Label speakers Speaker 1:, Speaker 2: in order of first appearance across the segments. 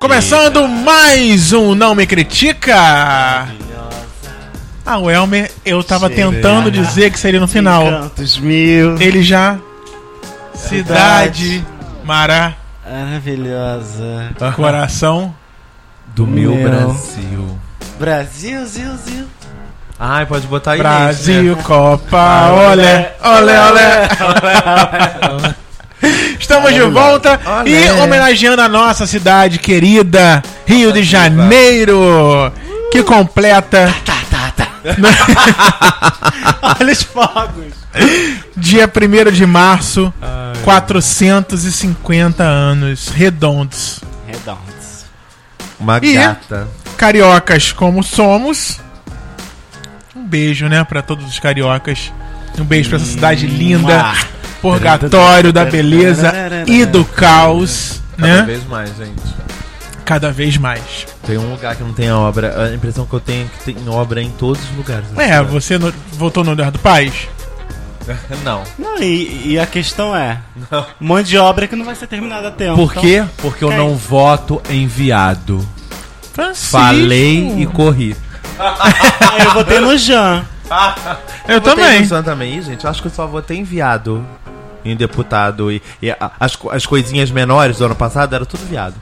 Speaker 1: começando mais um Não Me Critica. Ah, o Elmer, eu tava tentando dizer que seria no final.
Speaker 2: Cantos mil.
Speaker 1: Ele já. Cidade Mará,
Speaker 2: Maravilhosa.
Speaker 1: coração.
Speaker 3: Do meu,
Speaker 2: Meu.
Speaker 3: Brasil.
Speaker 2: Brasil, Zil, Zil.
Speaker 3: Ai, pode botar aí. né?
Speaker 1: Brasil, Copa,
Speaker 3: Ah,
Speaker 1: olé, olé, olé. Estamos de volta e homenageando a nossa cidade querida, Rio de Janeiro, que completa
Speaker 2: Tá, tá, tá. Olha os fogos.
Speaker 1: dia 1 de março, 450 anos redondos.
Speaker 2: Redondos.
Speaker 3: Uma
Speaker 1: E-
Speaker 3: gata.
Speaker 1: Cariocas como somos, um beijo, né, pra todos os cariocas. Um beijo pra essa cidade linda, purgatório da beleza e do caos,
Speaker 3: Cada
Speaker 1: né?
Speaker 3: vez mais, gente.
Speaker 1: Cada vez mais.
Speaker 3: Tem um lugar que não tem obra. A impressão que eu tenho é que tem obra em todos os lugares. Assim, da
Speaker 1: É,
Speaker 3: cidade.
Speaker 1: você no- voltou no lugar do país?
Speaker 3: né? Não.
Speaker 2: Não, e, e a questão é: um monte de obra que não vai ser terminada a tempo.
Speaker 3: Por quê? Porque eu
Speaker 2: Quem?
Speaker 3: não voto em viado.
Speaker 1: Francisco.
Speaker 3: Falei e corri.
Speaker 2: Então, eu votei no Jean.
Speaker 1: Eu também.
Speaker 3: Usando também, Ih, gente. eu Acho que eu só votei em viado. Em deputado. E, e a- as, co- as coisinhas menores do ano passado eram tudo viado.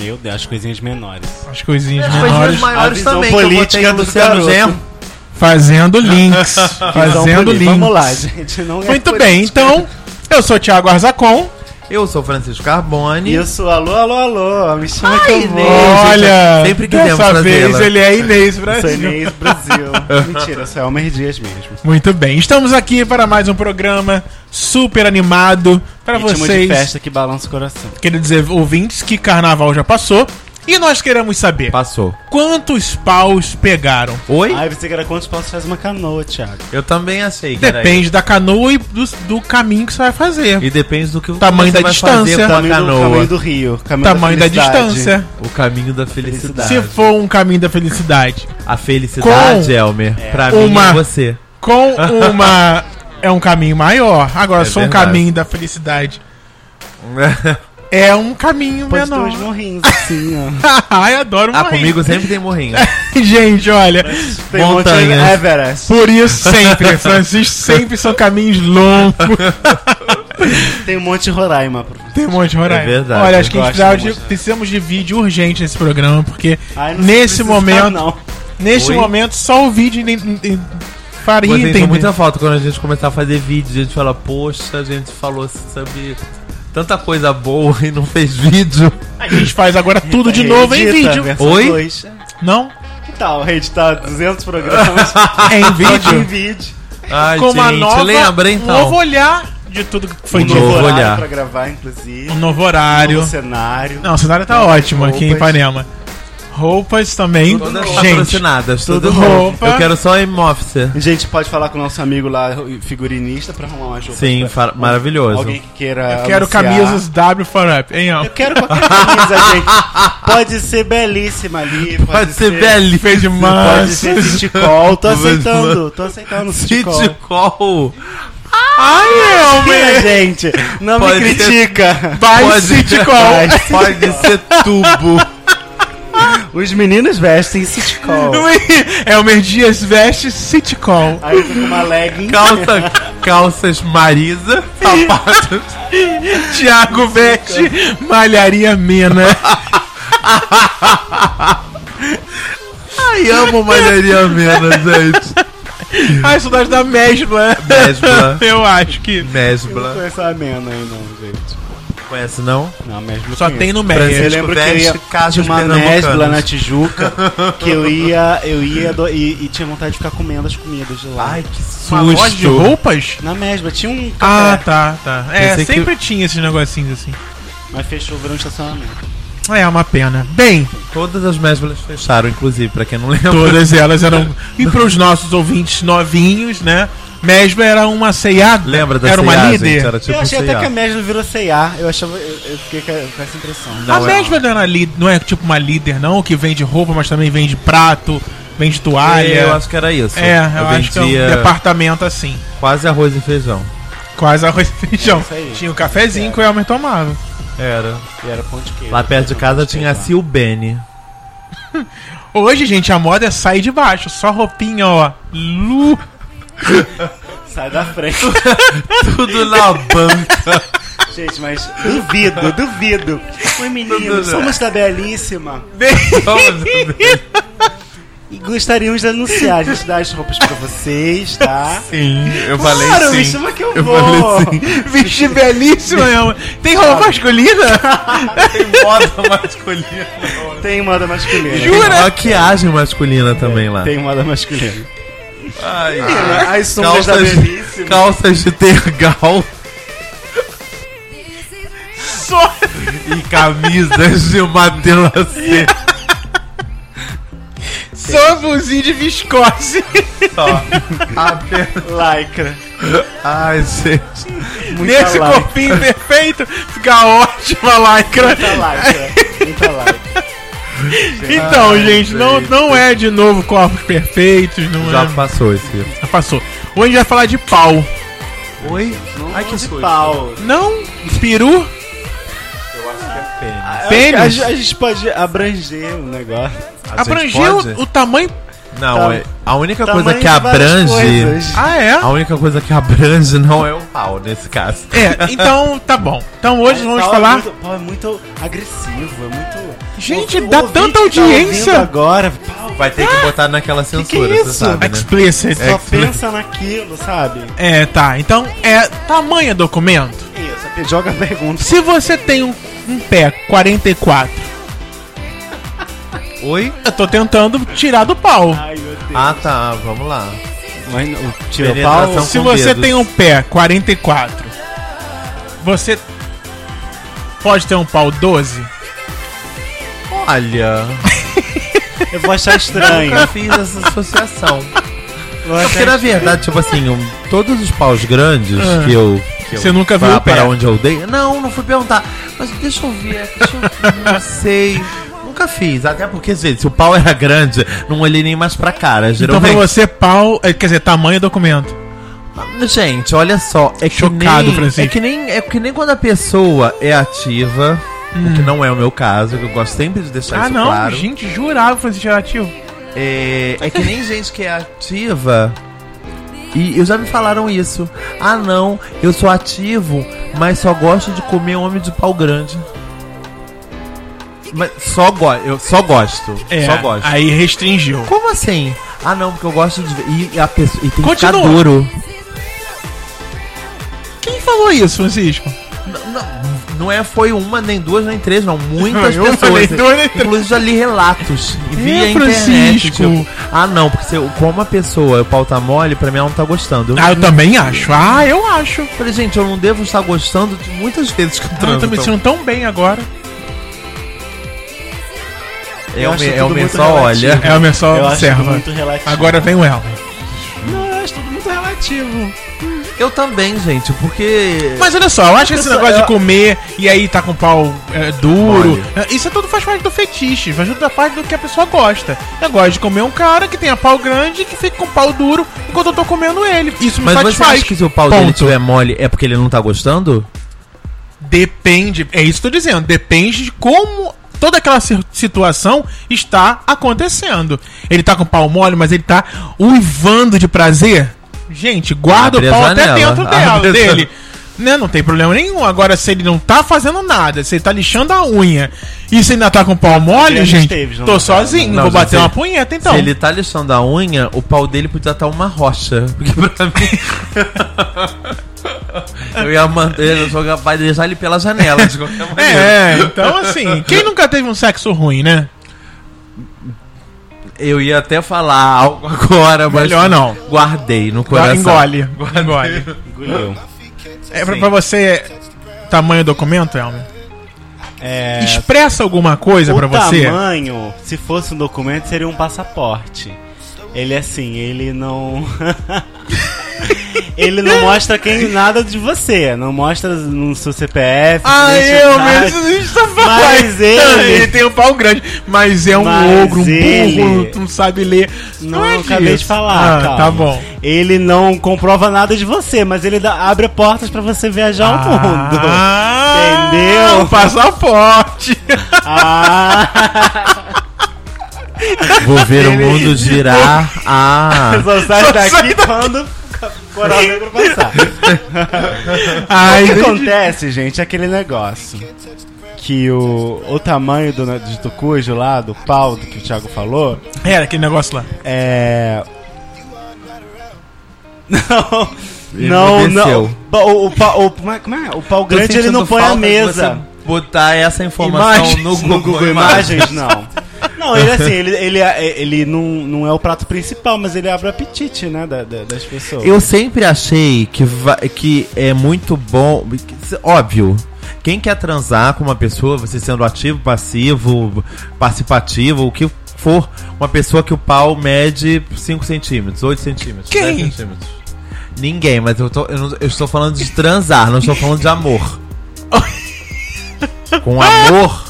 Speaker 2: Meu Deus, as coisinhas menores.
Speaker 1: As coisinhas
Speaker 3: As
Speaker 1: menores.
Speaker 3: coisinhas
Speaker 2: A
Speaker 3: maiores
Speaker 2: visão
Speaker 3: também. que eu
Speaker 2: política
Speaker 3: votei em
Speaker 2: dos
Speaker 3: Luciano
Speaker 2: garotos.
Speaker 3: Genro.
Speaker 1: Fazendo links. Fazendo links.
Speaker 2: Vamos lá, gente. Não é
Speaker 1: Muito
Speaker 2: por
Speaker 1: bem,
Speaker 2: isso.
Speaker 1: então. Eu sou o Thiago Arzacon.
Speaker 3: Eu sou Francisco Carboni.
Speaker 2: Isso, alô, alô, alô. Me chama que eu vou.
Speaker 3: Inês.
Speaker 1: Olha,
Speaker 3: sempre quisemos
Speaker 1: dessa vez
Speaker 3: trazê-la.
Speaker 1: ele é Inês
Speaker 2: Eu sou
Speaker 1: Brasil.
Speaker 2: Inês Brasil. Mentira, eu sou Elmer Dias mesmo.
Speaker 1: Muito bem, estamos aqui para mais um programa super animado para
Speaker 2: Ritmo
Speaker 1: vocês.
Speaker 2: de festa que balança o coração.
Speaker 1: Quero dizer, ouvintes, que carnaval já passou. E nós queremos saber
Speaker 3: Passou.
Speaker 1: quantos paus pegaram.
Speaker 3: Oi?
Speaker 2: Ai, você era quantos passos faz uma canoa, Thiago?
Speaker 3: Eu também achei que era
Speaker 1: Depende da canoa e do, do caminho que você vai fazer.
Speaker 3: isso. E depende do que
Speaker 1: Tamanho da distância.
Speaker 3: com a
Speaker 2: Caminho do,
Speaker 3: canoa.
Speaker 2: caminho do rio. Caminho
Speaker 1: tamanho da
Speaker 2: felicidade.
Speaker 1: distância.
Speaker 3: O caminho da felicidade.
Speaker 1: Se for um caminho da felicidade
Speaker 3: A felicidade,
Speaker 1: Com
Speaker 3: Elmer, pra
Speaker 1: uma-
Speaker 3: mim é você.
Speaker 1: com uma. é um caminho maior. Agora,
Speaker 3: É
Speaker 1: se for um
Speaker 3: verdade.
Speaker 1: caminho da felicidade
Speaker 3: Ah,
Speaker 1: é um caminho
Speaker 2: Põe os
Speaker 1: menor.
Speaker 2: dois morrinhos assim, ó.
Speaker 1: Ai, adoro
Speaker 3: ah,
Speaker 1: morrer.
Speaker 3: comigo sempre tem morrinho.
Speaker 1: Gente, olha.
Speaker 2: Tem um monte de
Speaker 3: Montanhas.
Speaker 2: Everest.
Speaker 1: Por isso sempre, Francisco, sempre são caminhos longos.
Speaker 2: Tem um monte de Roraima. pro-
Speaker 1: Tem um monte de horário.
Speaker 3: É verdade,
Speaker 1: Olha, acho que a
Speaker 2: eu
Speaker 1: gente
Speaker 2: gosto
Speaker 1: precisava
Speaker 2: de
Speaker 1: de-
Speaker 2: mostrar.
Speaker 1: precisamos de vídeo urgente nesse programa, porque
Speaker 2: Ai, não
Speaker 1: nesse
Speaker 2: precisa,
Speaker 1: momento,
Speaker 2: Não.
Speaker 1: nesse
Speaker 3: Oi?
Speaker 1: momento, só o vídeo nem- nem- nem- faria,
Speaker 3: Vocês
Speaker 1: entender.
Speaker 3: são muita falta quando a gente começar a fazer vídeo. A gente fala, poxa, a gente falou sobre tanta coisa boa e não fez vídeo.
Speaker 1: A gente faz agora tudo de novo em
Speaker 2: Edita,
Speaker 1: vídeo.
Speaker 2: É versão
Speaker 3: Oi?
Speaker 2: dois.
Speaker 1: Não?
Speaker 2: Que tal reeditar 200 programas
Speaker 1: É em
Speaker 2: em
Speaker 1: vídeo.
Speaker 2: vídeo?
Speaker 3: Ai,
Speaker 1: Com uma nova,
Speaker 3: lembra
Speaker 1: um
Speaker 3: então?
Speaker 1: novo olhar de tudo que foi
Speaker 3: Um
Speaker 2: Um
Speaker 1: dito.
Speaker 2: novo
Speaker 3: novo
Speaker 2: horário
Speaker 3: olhar.
Speaker 2: pra gravar, inclusive.
Speaker 1: Um novo horário.
Speaker 2: novo cenário.
Speaker 1: Não, o cenário tá ótimo aqui em
Speaker 2: Roupas.
Speaker 1: Ipanema. Roupas também.
Speaker 3: Todas
Speaker 1: Gente,
Speaker 3: patrocinadas,
Speaker 1: tudo
Speaker 3: tudo bom.
Speaker 1: roupa.
Speaker 3: Eu quero só M-Officer.
Speaker 2: A gente pode falar com o nosso amigo lá, figurinista, pra arrumar uma roupa.
Speaker 3: Sim, fa- maravilhoso.
Speaker 2: Alguém que queira.
Speaker 1: eu quero
Speaker 2: anunciar.
Speaker 1: camisas W for Up, hein, ó.
Speaker 2: Eu quero qualquer camisa, gente. Pode ser belíssima ali. Pode,
Speaker 3: Pode ser belíssimo.
Speaker 1: Fez de
Speaker 2: Pode
Speaker 1: manso.
Speaker 2: ser City Call. Tô aceitando. Tô aceitando um City Call.
Speaker 3: Call.
Speaker 1: Ai, meu
Speaker 2: Minha gente, não
Speaker 3: Pode
Speaker 2: me
Speaker 3: ser-
Speaker 2: critica.
Speaker 1: Vai
Speaker 3: Pode-
Speaker 1: City Call.
Speaker 2: Vai.
Speaker 3: Pode ser tubo.
Speaker 2: Os meninos vestem City Call.
Speaker 1: Elmer Dias veste City Call.
Speaker 2: Aí fica uma legging.
Speaker 3: Calça, calças Marisa. Sapatos.
Speaker 1: Thiago veste Malharia Mena.
Speaker 3: Ai, amo malharia Mena, gente.
Speaker 1: Ai, saudade da Mesbla.
Speaker 3: Mesbla.
Speaker 1: Eu acho que.
Speaker 2: Eu não
Speaker 3: Mesbla.
Speaker 2: conheço a Mena aí, não, gente.
Speaker 3: Conhece, não?
Speaker 2: Não, mesmo
Speaker 1: Só tem no
Speaker 2: Eu
Speaker 1: Meia.
Speaker 3: Brasil.
Speaker 2: lembro que eu
Speaker 3: Veste
Speaker 2: ia
Speaker 3: casas
Speaker 2: de uma
Speaker 3: pernambucanas.
Speaker 2: mesbla na Tijuca que eu ia, eu ia do- e, e tinha vontade de ficar comendo as comidas de lá.
Speaker 3: Ai, que
Speaker 1: Uma loja de
Speaker 3: susto.
Speaker 1: roupas?
Speaker 2: Na mesbla, tinha um
Speaker 1: Ah,
Speaker 2: café,
Speaker 1: tá, tá. É,
Speaker 3: Pensei que-
Speaker 1: sempre tinha esses negocinhos assim.
Speaker 2: mas fechou, virou um estacionamento.
Speaker 1: É uma pena. Bem,
Speaker 3: Todas as mesblas fecharam, inclusive, pra quem não lembra.
Speaker 1: todas elas eram. E para os nossos ouvintes novinhos, né? Mesbla era uma ceiada.
Speaker 3: Lembra da
Speaker 1: Era uma
Speaker 3: C&A,
Speaker 1: líder.
Speaker 3: gente? Era tipo
Speaker 2: eu achei
Speaker 3: um
Speaker 2: até
Speaker 3: C&A.
Speaker 2: que é a mesbla virou C&A, eu, achava, eu, eu fiquei com com essa impressão.
Speaker 1: a
Speaker 3: é.
Speaker 1: Mesbla não, era li- não é tipo uma líder, não, que vende roupa, mas também vende prato, vende toalha.
Speaker 3: Eu acho que era isso.
Speaker 1: Ah, É, eu, acho que é um
Speaker 3: vendia
Speaker 1: departamento assim.
Speaker 3: quase arroz e feijão.
Speaker 1: Quase arroz e feijão.
Speaker 2: isso aí.
Speaker 3: É.
Speaker 1: Tinha um cafezinho que o Elmer tomava.
Speaker 3: Era.
Speaker 2: E era pão de queijo.
Speaker 3: Lá perto de casa tinha a Sil Bene.
Speaker 1: Hoje, gente, a moda é sair de baixo, só roupinha, ó. Lu.
Speaker 3: assim.
Speaker 2: Sai da frente.
Speaker 3: Tudo na banca.
Speaker 2: Gente, mas duvido, duvido. Oi, menino, somos da Belíssima. E gostaríamos de anunciar, a gente dá as roupas pra vocês, tá?
Speaker 3: Sim, eu falei
Speaker 2: claro, me
Speaker 3: sim.
Speaker 2: chama que eu,
Speaker 3: Eu
Speaker 2: vou.
Speaker 3: falei
Speaker 1: Vixe, belíssima, meu. Tem roupa masculina?
Speaker 3: Tem moda masculina.
Speaker 2: Tem moda masculina.
Speaker 1: Jura?
Speaker 3: Tem maquiagem masculina também lá.
Speaker 2: Tem moda masculina.
Speaker 3: Ai,
Speaker 2: As sombras da
Speaker 3: calças,
Speaker 2: Belíssima.
Speaker 3: calças de tergal
Speaker 1: Só.
Speaker 3: e camisas de matelacê.
Speaker 1: Só blusinha de viscose.
Speaker 2: Lycra.
Speaker 3: Ai, gente.
Speaker 2: Muita
Speaker 1: Nesse
Speaker 2: lycra.
Speaker 1: corpinho perfeito, fica ótima né? lacra.
Speaker 2: Muita lycra. Muita lycra.
Speaker 1: Então, gente, não, não é de novo corpos perfeitos, não
Speaker 3: Já
Speaker 1: é.
Speaker 3: passou esse.
Speaker 1: Já passou. Hoje a gente vai falar de pau.
Speaker 3: Oi?
Speaker 2: Ai, que pau.
Speaker 1: Não? Peru? Pênis?
Speaker 2: A, a gente pode abranger o negócio.
Speaker 1: Abrangeu o tamanho.
Speaker 3: Não,
Speaker 2: Tá.
Speaker 3: é- a única
Speaker 2: Tamanho
Speaker 3: coisa
Speaker 2: de
Speaker 3: que
Speaker 2: várias
Speaker 3: abrange.
Speaker 2: coisas.
Speaker 1: Ah, é?
Speaker 3: A única coisa que abrange não é o pau nesse caso.
Speaker 1: É, então tá bom. Então hoje vamos
Speaker 2: Pau é
Speaker 1: falar.
Speaker 2: muito- pau é muito agressivo, é muito.
Speaker 1: Gente,
Speaker 2: O- o
Speaker 1: dá
Speaker 2: ouvinte
Speaker 1: tanta
Speaker 2: tá
Speaker 1: audiência.
Speaker 2: ouvindo agora, pau,
Speaker 3: Vai ter que botar naquela censura,
Speaker 2: que é
Speaker 3: você
Speaker 2: isso?
Speaker 3: sabe, né?
Speaker 1: Explicit.
Speaker 2: só
Speaker 3: excelente.
Speaker 2: pensa naquilo, sabe?
Speaker 1: É, tá. Então é tamanho é documento.
Speaker 2: Isso, até joga a pergunta.
Speaker 1: Se você tem um, um pé 44,
Speaker 3: Oi?
Speaker 1: eu tô tentando tirar do pau.
Speaker 2: Ai, meu Deus.
Speaker 3: Ah, tá, vamos lá.
Speaker 2: Mas o tio
Speaker 3: Penetração
Speaker 2: pau.
Speaker 1: Se
Speaker 3: com
Speaker 1: você
Speaker 3: dedos.
Speaker 1: tem um pé 44, você pode ter um pau 12?
Speaker 3: Olha,
Speaker 2: Eu vou achar estranho.
Speaker 3: nunca fiz essa associação.
Speaker 2: Vou achar
Speaker 3: Porque na
Speaker 2: estranho.
Speaker 3: verdade, tipo assim, um- todos os paus grandes
Speaker 1: Ah.
Speaker 3: que eu. que eu-
Speaker 1: Você nunca viu
Speaker 3: pra-
Speaker 1: o pé.
Speaker 3: Para onde eu dei? Não, não fui perguntar. Mas deixa eu ver, deixa eu ver, não sei. Nunca fiz. Até porque, gente, se o pau era grande, não olhei nem mais pra cara.
Speaker 1: Então
Speaker 3: Geralmente.
Speaker 1: pra você, pau. é, Quer dizer, tamanho é documento.
Speaker 3: Gente, olha só, é que
Speaker 1: Chocado,
Speaker 3: nem,
Speaker 1: Francisco.
Speaker 3: É que nem é que nem quando a pessoa é ativa, o que não é o meu caso, que eu gosto sempre de deixar
Speaker 1: Hum. Ah,
Speaker 3: Tá isso
Speaker 1: não,
Speaker 3: claro.
Speaker 1: gente, jurava que fosse gerativo.
Speaker 3: É, é que nem gente que é ativa. E eu já me falaram isso. Ah, não, eu sou ativo, mas só gosto de comer homem de pau grande. Mas só gosto, eu só gosto,
Speaker 1: É,
Speaker 3: só gosto.
Speaker 1: aí restringiu.
Speaker 3: Como assim? Ah, não, porque eu gosto de ver- e a pessoa e tem que ficar
Speaker 1: Continua.
Speaker 3: duro.
Speaker 1: Quem falou isso, Francisco?
Speaker 3: Não, não, não é, foi uma, nem duas, nem três, não. Muitas
Speaker 1: Não, uma,
Speaker 3: pessoas.
Speaker 1: nem duas, nem três.
Speaker 3: Inclusive, já li relatos. E vi
Speaker 1: É,
Speaker 3: a internet.
Speaker 1: Francisco.
Speaker 3: Tipo, ah, não, porque se eu, como a pessoa, o pau tá mole, pra mim ela não tá gostando. Eu
Speaker 1: Ah, eu também acho. Ah, eu acho.
Speaker 3: falei, gente, eu não devo estar gostando de muitas vezes que eu
Speaker 1: Ah, eu
Speaker 3: transo.
Speaker 1: tô me
Speaker 3: então.
Speaker 1: sentindo tão bem agora.
Speaker 2: eu acho
Speaker 3: É
Speaker 2: tudo
Speaker 3: o
Speaker 2: muito
Speaker 3: só olha.
Speaker 2: relativo.
Speaker 1: É, o meu só
Speaker 2: Eu acho tudo
Speaker 1: observa.
Speaker 2: muito relativo.
Speaker 1: Agora vem o Elmer.
Speaker 2: Não, eu acho tudo muito relativo.
Speaker 3: Eu também, gente, porque.
Speaker 1: Mas olha só, eu acho que esse
Speaker 2: Pessoal,
Speaker 1: negócio de
Speaker 2: eu-
Speaker 1: comer e aí tá com o pau é, duro,
Speaker 3: Olha.
Speaker 1: é, isso tudo faz parte do fetiche, faz tudo da parte do que a pessoa gosta. Eu gosto de comer um cara que tenha pau grande e que fica com pau duro enquanto eu tô comendo ele. Isso me
Speaker 3: Mas você
Speaker 1: satisfaz.
Speaker 3: acha que se o pau dele
Speaker 1: Ponto.
Speaker 3: tiver mole é porque ele não tá gostando?
Speaker 1: Depende, é isso que eu tô dizendo, depende de como toda aquela cir- situação está acontecendo. Ele tá com o pau mole, mas ele tá uivando de prazer. Gente, guarda
Speaker 3: Abre
Speaker 1: o
Speaker 3: a
Speaker 1: pau até
Speaker 3: janela,
Speaker 1: dentro dela,
Speaker 3: abre a
Speaker 1: dele.
Speaker 3: janela.
Speaker 1: Né, não tem problema nenhum. Agora, se ele não tá fazendo nada, se ele tá lixando a unha e se ainda né? tá com o pau mole,
Speaker 2: Adriano
Speaker 1: gente,
Speaker 2: Esteves, não
Speaker 1: tô
Speaker 2: tá,
Speaker 1: sozinho,
Speaker 3: não.
Speaker 1: vou
Speaker 3: Não,
Speaker 1: bater
Speaker 3: já sei.
Speaker 1: uma punheta então.
Speaker 3: Se ele tá lixando a unha, o pau dele podia estar uma rocha. Porque pra mim. eu ia manter, eu sou capaz de deixar ele pela janela, de qualquer maneira.
Speaker 1: É, então assim, quem nunca teve um sexo ruim, né?
Speaker 3: Eu ia até falar algo agora, mas.
Speaker 1: Melhor não.
Speaker 3: Guardei no coração.
Speaker 1: Engole, engole.
Speaker 2: Engoliu.
Speaker 1: É pra, pra você tamanho documento, Elmer?
Speaker 2: É.
Speaker 1: Expressa alguma coisa pra
Speaker 2: O
Speaker 1: você?
Speaker 2: tamanho, se fosse um documento, seria um passaporte. Ele assim, ele não. ele não mostra quem nada de você. Não mostra no seu CPF.
Speaker 1: Ai,
Speaker 2: identidade,
Speaker 1: Elmer, isso tá falando.
Speaker 2: Mas ele-
Speaker 1: ele tem um pau grande, mas é um
Speaker 2: Mas
Speaker 1: ogro, um burro,
Speaker 2: ele-
Speaker 1: não sabe ler.
Speaker 2: é Não, acabei de falar,
Speaker 1: Ah,
Speaker 2: calma.
Speaker 1: tá bom.
Speaker 2: Ele não comprova nada de você, mas ele dá- abre portas pra você viajar ao mundo.
Speaker 1: Ah,
Speaker 2: Entendeu?
Speaker 1: O passaporte.
Speaker 2: Ah,
Speaker 3: Vou ver o mundo girar. Ah.
Speaker 2: só sai
Speaker 1: sai
Speaker 2: daqui quando o coral negro passar.
Speaker 1: Ai,
Speaker 2: o que
Speaker 1: entendi.
Speaker 2: acontece, gente, é aquele negócio. Que o, o tamanho do, do tucujo lá, do pau do que o Thiago falou,
Speaker 1: Era aquele negócio lá.
Speaker 2: é. Não.
Speaker 3: Ele
Speaker 2: Não, não.
Speaker 3: desceu.
Speaker 2: Pa- O, o, pau- o- como é- como é? O pau
Speaker 3: Tô
Speaker 2: grande ele
Speaker 3: sentindo
Speaker 2: não põe a
Speaker 3: falta de
Speaker 2: mesa.
Speaker 3: você Botar essa informação
Speaker 1: Imagens
Speaker 3: no Google, Imagens.
Speaker 2: Imagens, não. Não, ele assim, ele, ele, ele não, não é o prato principal, mas ele abre o apetite, né, da- da- das pessoas.
Speaker 1: Então.
Speaker 3: Eu sempre achei que, va- que é muito bom. que- Óbvio. Quem quer transar com uma pessoa, você sendo ativo, passivo, participativo, o que for, uma pessoa que o pau mede 5 centímetros, 8 centímetros,
Speaker 1: Quem?
Speaker 3: 10 centímetros. Ninguém, mas eu, tô- eu não- eu estou falando de transar, não estou falando de amor. com amor,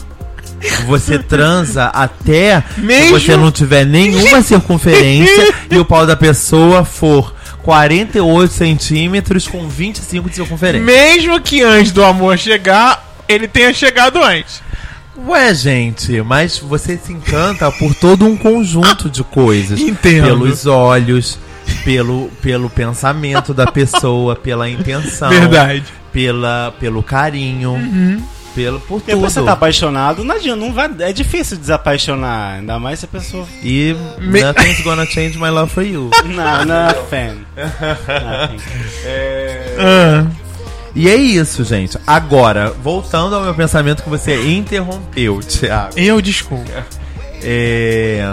Speaker 3: você transa até
Speaker 1: Mesmo?
Speaker 3: se você não tiver nenhuma circunferência e o pau da pessoa for 48 centímetros com 25 de circunferência.
Speaker 1: Mesmo que antes do amor chegar, ele tenha chegado antes.
Speaker 3: Ué, gente, mas você se encanta por todo um conjunto de coisas.
Speaker 1: Entendo.
Speaker 3: Pelos olhos, pelo, pelo pensamento da pessoa, pela intenção,
Speaker 1: Verdade.
Speaker 3: pela, pelo carinho, pelo, por tudo.
Speaker 2: Depois que você tá apaixonado, não adianta, não vai, é difícil desapaixonar, ainda mais se a pessoa
Speaker 3: E
Speaker 1: Me-
Speaker 3: nothing's gonna change my love for you.
Speaker 2: na, na fan. é
Speaker 1: Ah,
Speaker 3: E é isso, gente. Agora, voltando ao meu pensamento que você interrompeu, Thiago.
Speaker 1: eu desculpa.
Speaker 3: É.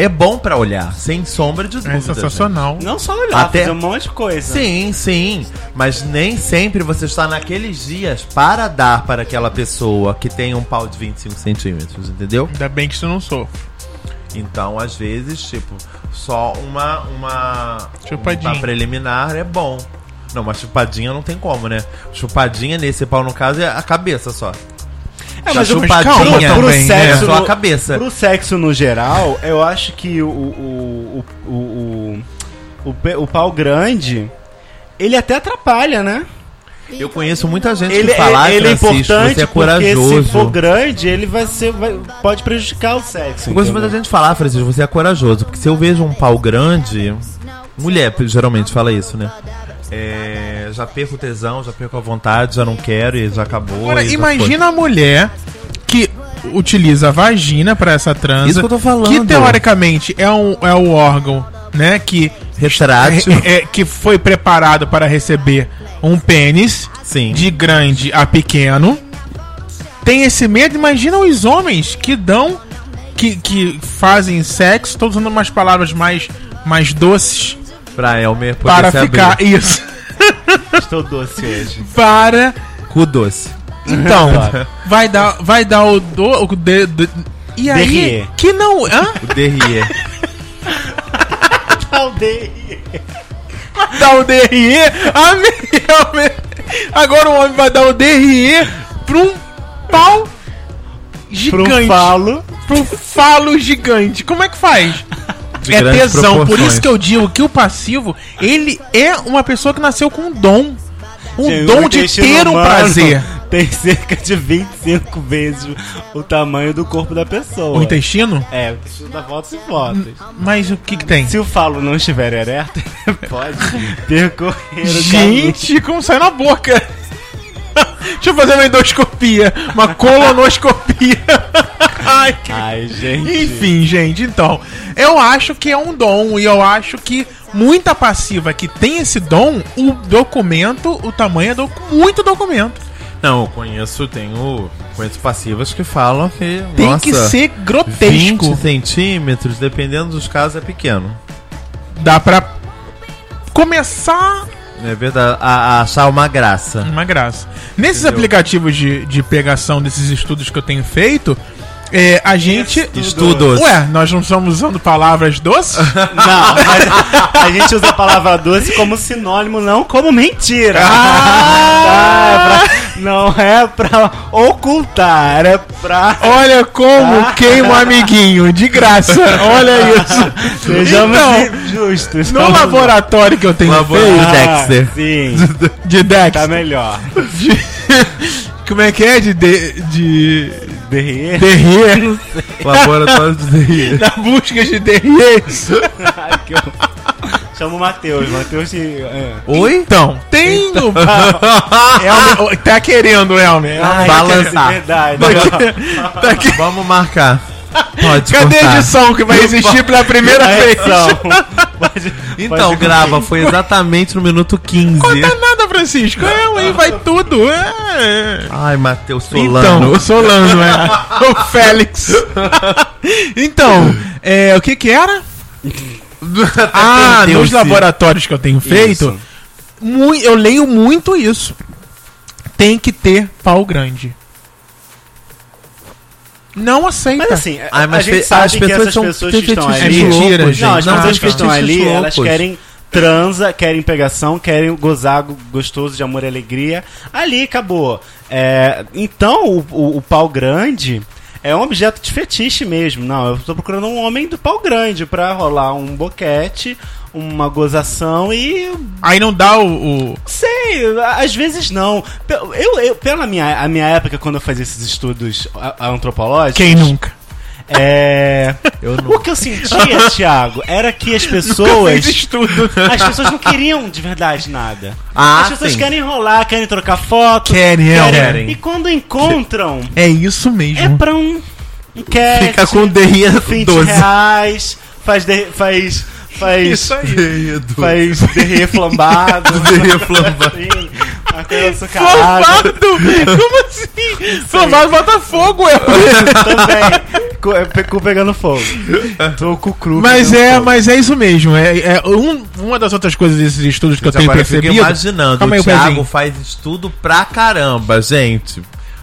Speaker 3: É bom pra olhar, sem sombra de dúvida.
Speaker 1: É sensacional.
Speaker 2: Não só olhar,
Speaker 3: Até-
Speaker 2: fazer um monte de coisa.
Speaker 3: gente. Sim, sim. Mas nem sempre você está naqueles dias para dar para aquela pessoa que tem um pau de 25 centímetros, entendeu?
Speaker 1: Ainda bem que isso eu não sou.
Speaker 3: Então, às vezes, tipo, só uma. Uma,
Speaker 1: Chupadinha.
Speaker 3: uma preliminar é bom. Não, mas chupadinha não tem como, né? Chupadinha nesse pau, no caso, é a cabeça só.
Speaker 2: É,
Speaker 3: mas
Speaker 2: o-
Speaker 3: chupadinha
Speaker 2: pro, pro
Speaker 1: também, né?
Speaker 2: sexo,
Speaker 3: Só a
Speaker 2: no-
Speaker 3: cabeça.
Speaker 2: Pro sexo no geral, eu acho que o o, o, o, o, o, pe- o pau grande, ele até atrapalha, né?
Speaker 3: Eu conheço muita gente
Speaker 2: Ele,
Speaker 3: que fala,
Speaker 1: "Ah,
Speaker 3: "Ai,
Speaker 2: ele é
Speaker 3: Francisco,
Speaker 2: importante
Speaker 3: você é
Speaker 2: porque
Speaker 3: corajoso.
Speaker 2: se for grande, ele vai ser, vai- pode prejudicar o sexo.
Speaker 3: Eu gosto
Speaker 2: entendeu?
Speaker 3: muito da gente falar, Francisco, você é corajoso. Porque se eu vejo um pau grande. Mulher geralmente fala isso, né? É, já perco o tesão, já perco a vontade, já não quero e já acabou.
Speaker 1: Agora,
Speaker 3: e já
Speaker 1: imagina a mulher que utiliza a vagina pra essa transa.
Speaker 3: Isso que eu tô falando.
Speaker 1: Que teoricamente é, um, é o órgão, né? Que,
Speaker 3: foi. Retrátil.
Speaker 1: é- é- que foi preparado para receber um pênis
Speaker 3: Sim.
Speaker 1: de grande a pequeno. Tem esse medo. Imagina os homens que dão. Que, que fazem sexo, todos usando umas palavras mais, mais doces
Speaker 3: Pra Elmer poder
Speaker 1: é, para
Speaker 3: se
Speaker 1: ficar.
Speaker 3: abrir.
Speaker 1: Isso.
Speaker 2: Estou doce hoje.
Speaker 1: Para
Speaker 3: Cu doce.
Speaker 1: Então, vai dar, vai dar o do, o de, de- e aí
Speaker 2: Derriê.
Speaker 1: que não, hã?
Speaker 3: O Derrier.
Speaker 2: Talvez.
Speaker 1: Vai dar o DRE? Ah, Agora o homem vai dar o DRE pra um pau gigante.
Speaker 2: Pro falo.
Speaker 1: pra um falo gigante. Como é que faz?
Speaker 3: De
Speaker 1: é
Speaker 3: grandes
Speaker 1: tesão, por
Speaker 3: proporções.
Speaker 1: isso que eu digo que o passivo, ele é uma pessoa que nasceu com um dom. Um
Speaker 2: Gente,
Speaker 1: dom de
Speaker 2: intestino
Speaker 1: ter um
Speaker 2: humano
Speaker 1: prazer.
Speaker 2: Tem cerca de 25 vezes o tamanho do corpo da pessoa.
Speaker 1: O intestino?
Speaker 2: É, isso dá voltas e voltas.
Speaker 1: Mas o que que tem?
Speaker 2: Se o falo não estiver ereto, ele pode percorrer o caminho.
Speaker 1: Gente, como sai na boca. Deixa eu fazer uma endoscopia, uma colonoscopia. Ai, que-
Speaker 2: Ai, gente.
Speaker 1: Enfim, gente, então, eu acho que é um dom e eu acho que muita passiva que tem esse dom, o documento, o tamanho é do, muito documento.
Speaker 3: Não, eu conheço, tenho. Conheço passivas que falam que.
Speaker 1: Tem
Speaker 3: nossa,
Speaker 1: que ser
Speaker 3: 20
Speaker 1: grotesco.
Speaker 3: centímetros, dependendo dos casos, é pequeno.
Speaker 1: Dá pra começar
Speaker 3: É verdade, a, a achar uma graça.
Speaker 1: Uma graça. Nesses
Speaker 3: Entendeu?
Speaker 1: aplicativos de, de pegação desses estudos que eu tenho feito, é, a gente.
Speaker 3: Estudos.
Speaker 1: Ué, nós não estamos usando palavras doces?
Speaker 2: Não, mas a gente usa a palavra doce como sinônimo, não como mentira. Ah, Não é pra ocultar, é pra.
Speaker 1: Olha como queima o amiguinho, de graça. Olha isso.
Speaker 2: Sejamos
Speaker 1: Então,
Speaker 2: justos. Ah,
Speaker 1: no laboratório que eu tenho
Speaker 3: Laboratório. Dexter.
Speaker 2: Sim,
Speaker 1: feito de Dex,
Speaker 2: tá melhor.
Speaker 1: de- como é que é de de, de
Speaker 2: Derrer.
Speaker 1: derrier,
Speaker 3: Laboratório de
Speaker 1: na busca de derriers.
Speaker 2: Ai, que horror. Chama o Matheus. Matheus se. é.
Speaker 1: Oi? Então, tem no... Elmer, tá querendo, Elmer.
Speaker 2: Ai,
Speaker 3: balançar.
Speaker 2: Verdade.
Speaker 1: Ah, é Tá, tá que-
Speaker 3: Vamos marcar. Pode
Speaker 1: Cadê a
Speaker 3: cortar.
Speaker 1: edição que vai existir pela primeira vez?
Speaker 2: Correção. Pode-
Speaker 3: Então,
Speaker 2: pode-
Speaker 3: grava, foi exatamente no minuto 15.
Speaker 1: Conta nada, Francisco. É, aí vai tudo. É.
Speaker 3: Ai, Matheus
Speaker 1: Então,
Speaker 3: Solano.
Speaker 1: o Solano, é. O Félix. Então, é, o que que era? Ah,
Speaker 3: Meu
Speaker 1: nos
Speaker 3: Deus,
Speaker 1: laboratórios que eu tenho feito,
Speaker 2: Isso.
Speaker 1: mui- eu leio muito isso. Tem que ter pau grande. Não aceita.
Speaker 2: Mas assim, a-
Speaker 3: Ai, mas
Speaker 2: a gente
Speaker 3: fe-
Speaker 2: sabe
Speaker 3: as
Speaker 2: que
Speaker 3: pessoas
Speaker 2: essas
Speaker 3: são
Speaker 2: pessoas que estão
Speaker 3: fetiches
Speaker 2: ali.
Speaker 1: loucos,
Speaker 3: Mentira,
Speaker 1: Não,
Speaker 3: gente.
Speaker 2: Não, as pessoas
Speaker 3: as
Speaker 2: que estão
Speaker 3: fetiches
Speaker 2: ali, elas
Speaker 3: loucos.
Speaker 2: querem transa, querem pegação, querem gozar go- gostoso de amor e alegria. Ali, acabou. É, então, o, o- o pau grande é um objeto de fetiche mesmo. Não, eu tô procurando um homem do pau grande pra rolar um boquete, uma gozação e
Speaker 1: Aí não dá o. o-
Speaker 2: Sei, a- às vezes não. Pe- Eu, eu- pela minha, a minha época, quando eu fazia esses estudos a- a- antropológicos.
Speaker 1: Quem nunca?
Speaker 2: É.
Speaker 3: Eu não.
Speaker 2: O que eu sentia, Thiago, era que as
Speaker 1: Fez
Speaker 2: pessoas.
Speaker 1: estudo. né?
Speaker 2: As pessoas não queriam de verdade nada.
Speaker 3: Ah,
Speaker 2: as pessoas
Speaker 3: sim.
Speaker 2: querem enrolar, querem trocar foto.
Speaker 1: Querem,
Speaker 3: querem.
Speaker 2: E quando encontram,
Speaker 1: É isso
Speaker 2: é
Speaker 1: mesmo.
Speaker 2: pra um. um cat,
Speaker 3: Uhum. Fica com o DRI
Speaker 2: 20
Speaker 3: 12.
Speaker 2: reais, faz. De, faz. Faz.
Speaker 3: aí. Do...
Speaker 2: Faz assim, derrer flambado.
Speaker 3: DRI flambado.
Speaker 2: Sim, uma coisa açucarada.
Speaker 1: Flambado! Como assim? Flambado Botafogo, é.
Speaker 2: Também. Cu, é, pe- cu pegando fogo. Tô com o cru.
Speaker 1: Mas
Speaker 2: pegando
Speaker 1: é,
Speaker 2: fogo.
Speaker 1: mas é isso mesmo. É, é um- uma das outras coisas desses estudos que eu tenho
Speaker 3: Agora eu fico
Speaker 1: percebido.
Speaker 3: imaginando,
Speaker 1: Calma aí,
Speaker 3: o Thiago
Speaker 1: Pezinho.
Speaker 3: faz estudo pra caramba, gente.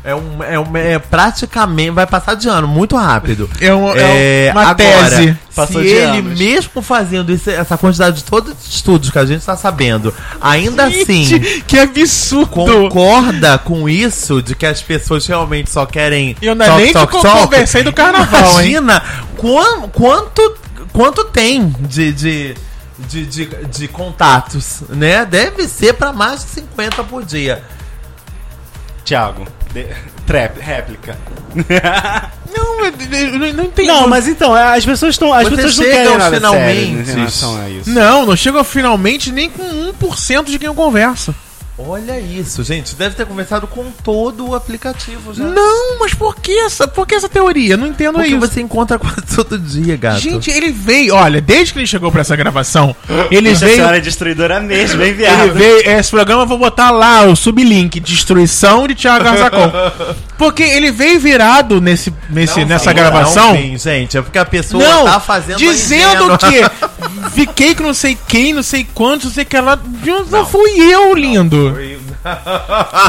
Speaker 3: É, um, é, um, é praticamente. Vai passar de ano muito rápido.
Speaker 1: É, um- é
Speaker 3: É,
Speaker 1: uma
Speaker 3: agora,
Speaker 1: tese.
Speaker 2: Passou
Speaker 3: se
Speaker 2: de
Speaker 3: ele
Speaker 2: anos.
Speaker 3: mesmo fazendo esse- essa quantidade de todos os estudos que a gente tá sabendo, ainda assim
Speaker 1: Gente, que absurdo!
Speaker 3: concorda com isso de que as pessoas realmente só querem
Speaker 1: E eu ainda nem que conversei do carnaval, hein?
Speaker 3: Imagina quan- quanto, quanto tem de, de, de, de, de contatos, né? Deve ser pra mais de 50 por dia.
Speaker 2: Thiago, de- trap, réplica.
Speaker 1: Não, eu, eu- eu não entendi.
Speaker 2: Não, mas então, é, as pessoas estão. As
Speaker 3: Vocês
Speaker 2: pessoas não
Speaker 3: chegam
Speaker 2: querem nada
Speaker 3: finalmente.
Speaker 2: sério em relação a isso.
Speaker 1: Não, não chega finalmente nem com 1% de quem eu converso.
Speaker 3: Olha isso, gente. Deve ter conversado com todo o aplicativo já.
Speaker 1: Não, mas por que essa, por que essa teoria? Não entendo
Speaker 3: Porque
Speaker 1: isso.
Speaker 3: você é encontra quase todo dia, gato.
Speaker 1: Gente, ele veio, olha, desde que ele chegou pra essa gravação, ele
Speaker 2: Essa
Speaker 1: veio
Speaker 2: senhora é destruidora mesmo, hein,
Speaker 1: Ele
Speaker 2: viado?
Speaker 1: veio, esse programa eu vou botar lá o sublink, destruição de Thiago Arzacon. Porque ele veio virado nesse, nesse,
Speaker 3: Não,
Speaker 1: nessa
Speaker 3: não,
Speaker 1: gravação.
Speaker 3: não tem, gente, é porque a pessoa
Speaker 1: Não,
Speaker 3: tá fazendo. a
Speaker 1: dizendo
Speaker 3: ingênua.
Speaker 1: que fiquei com não sei quem, não sei quantos, não sei que ela. Não, fui eu, lindo.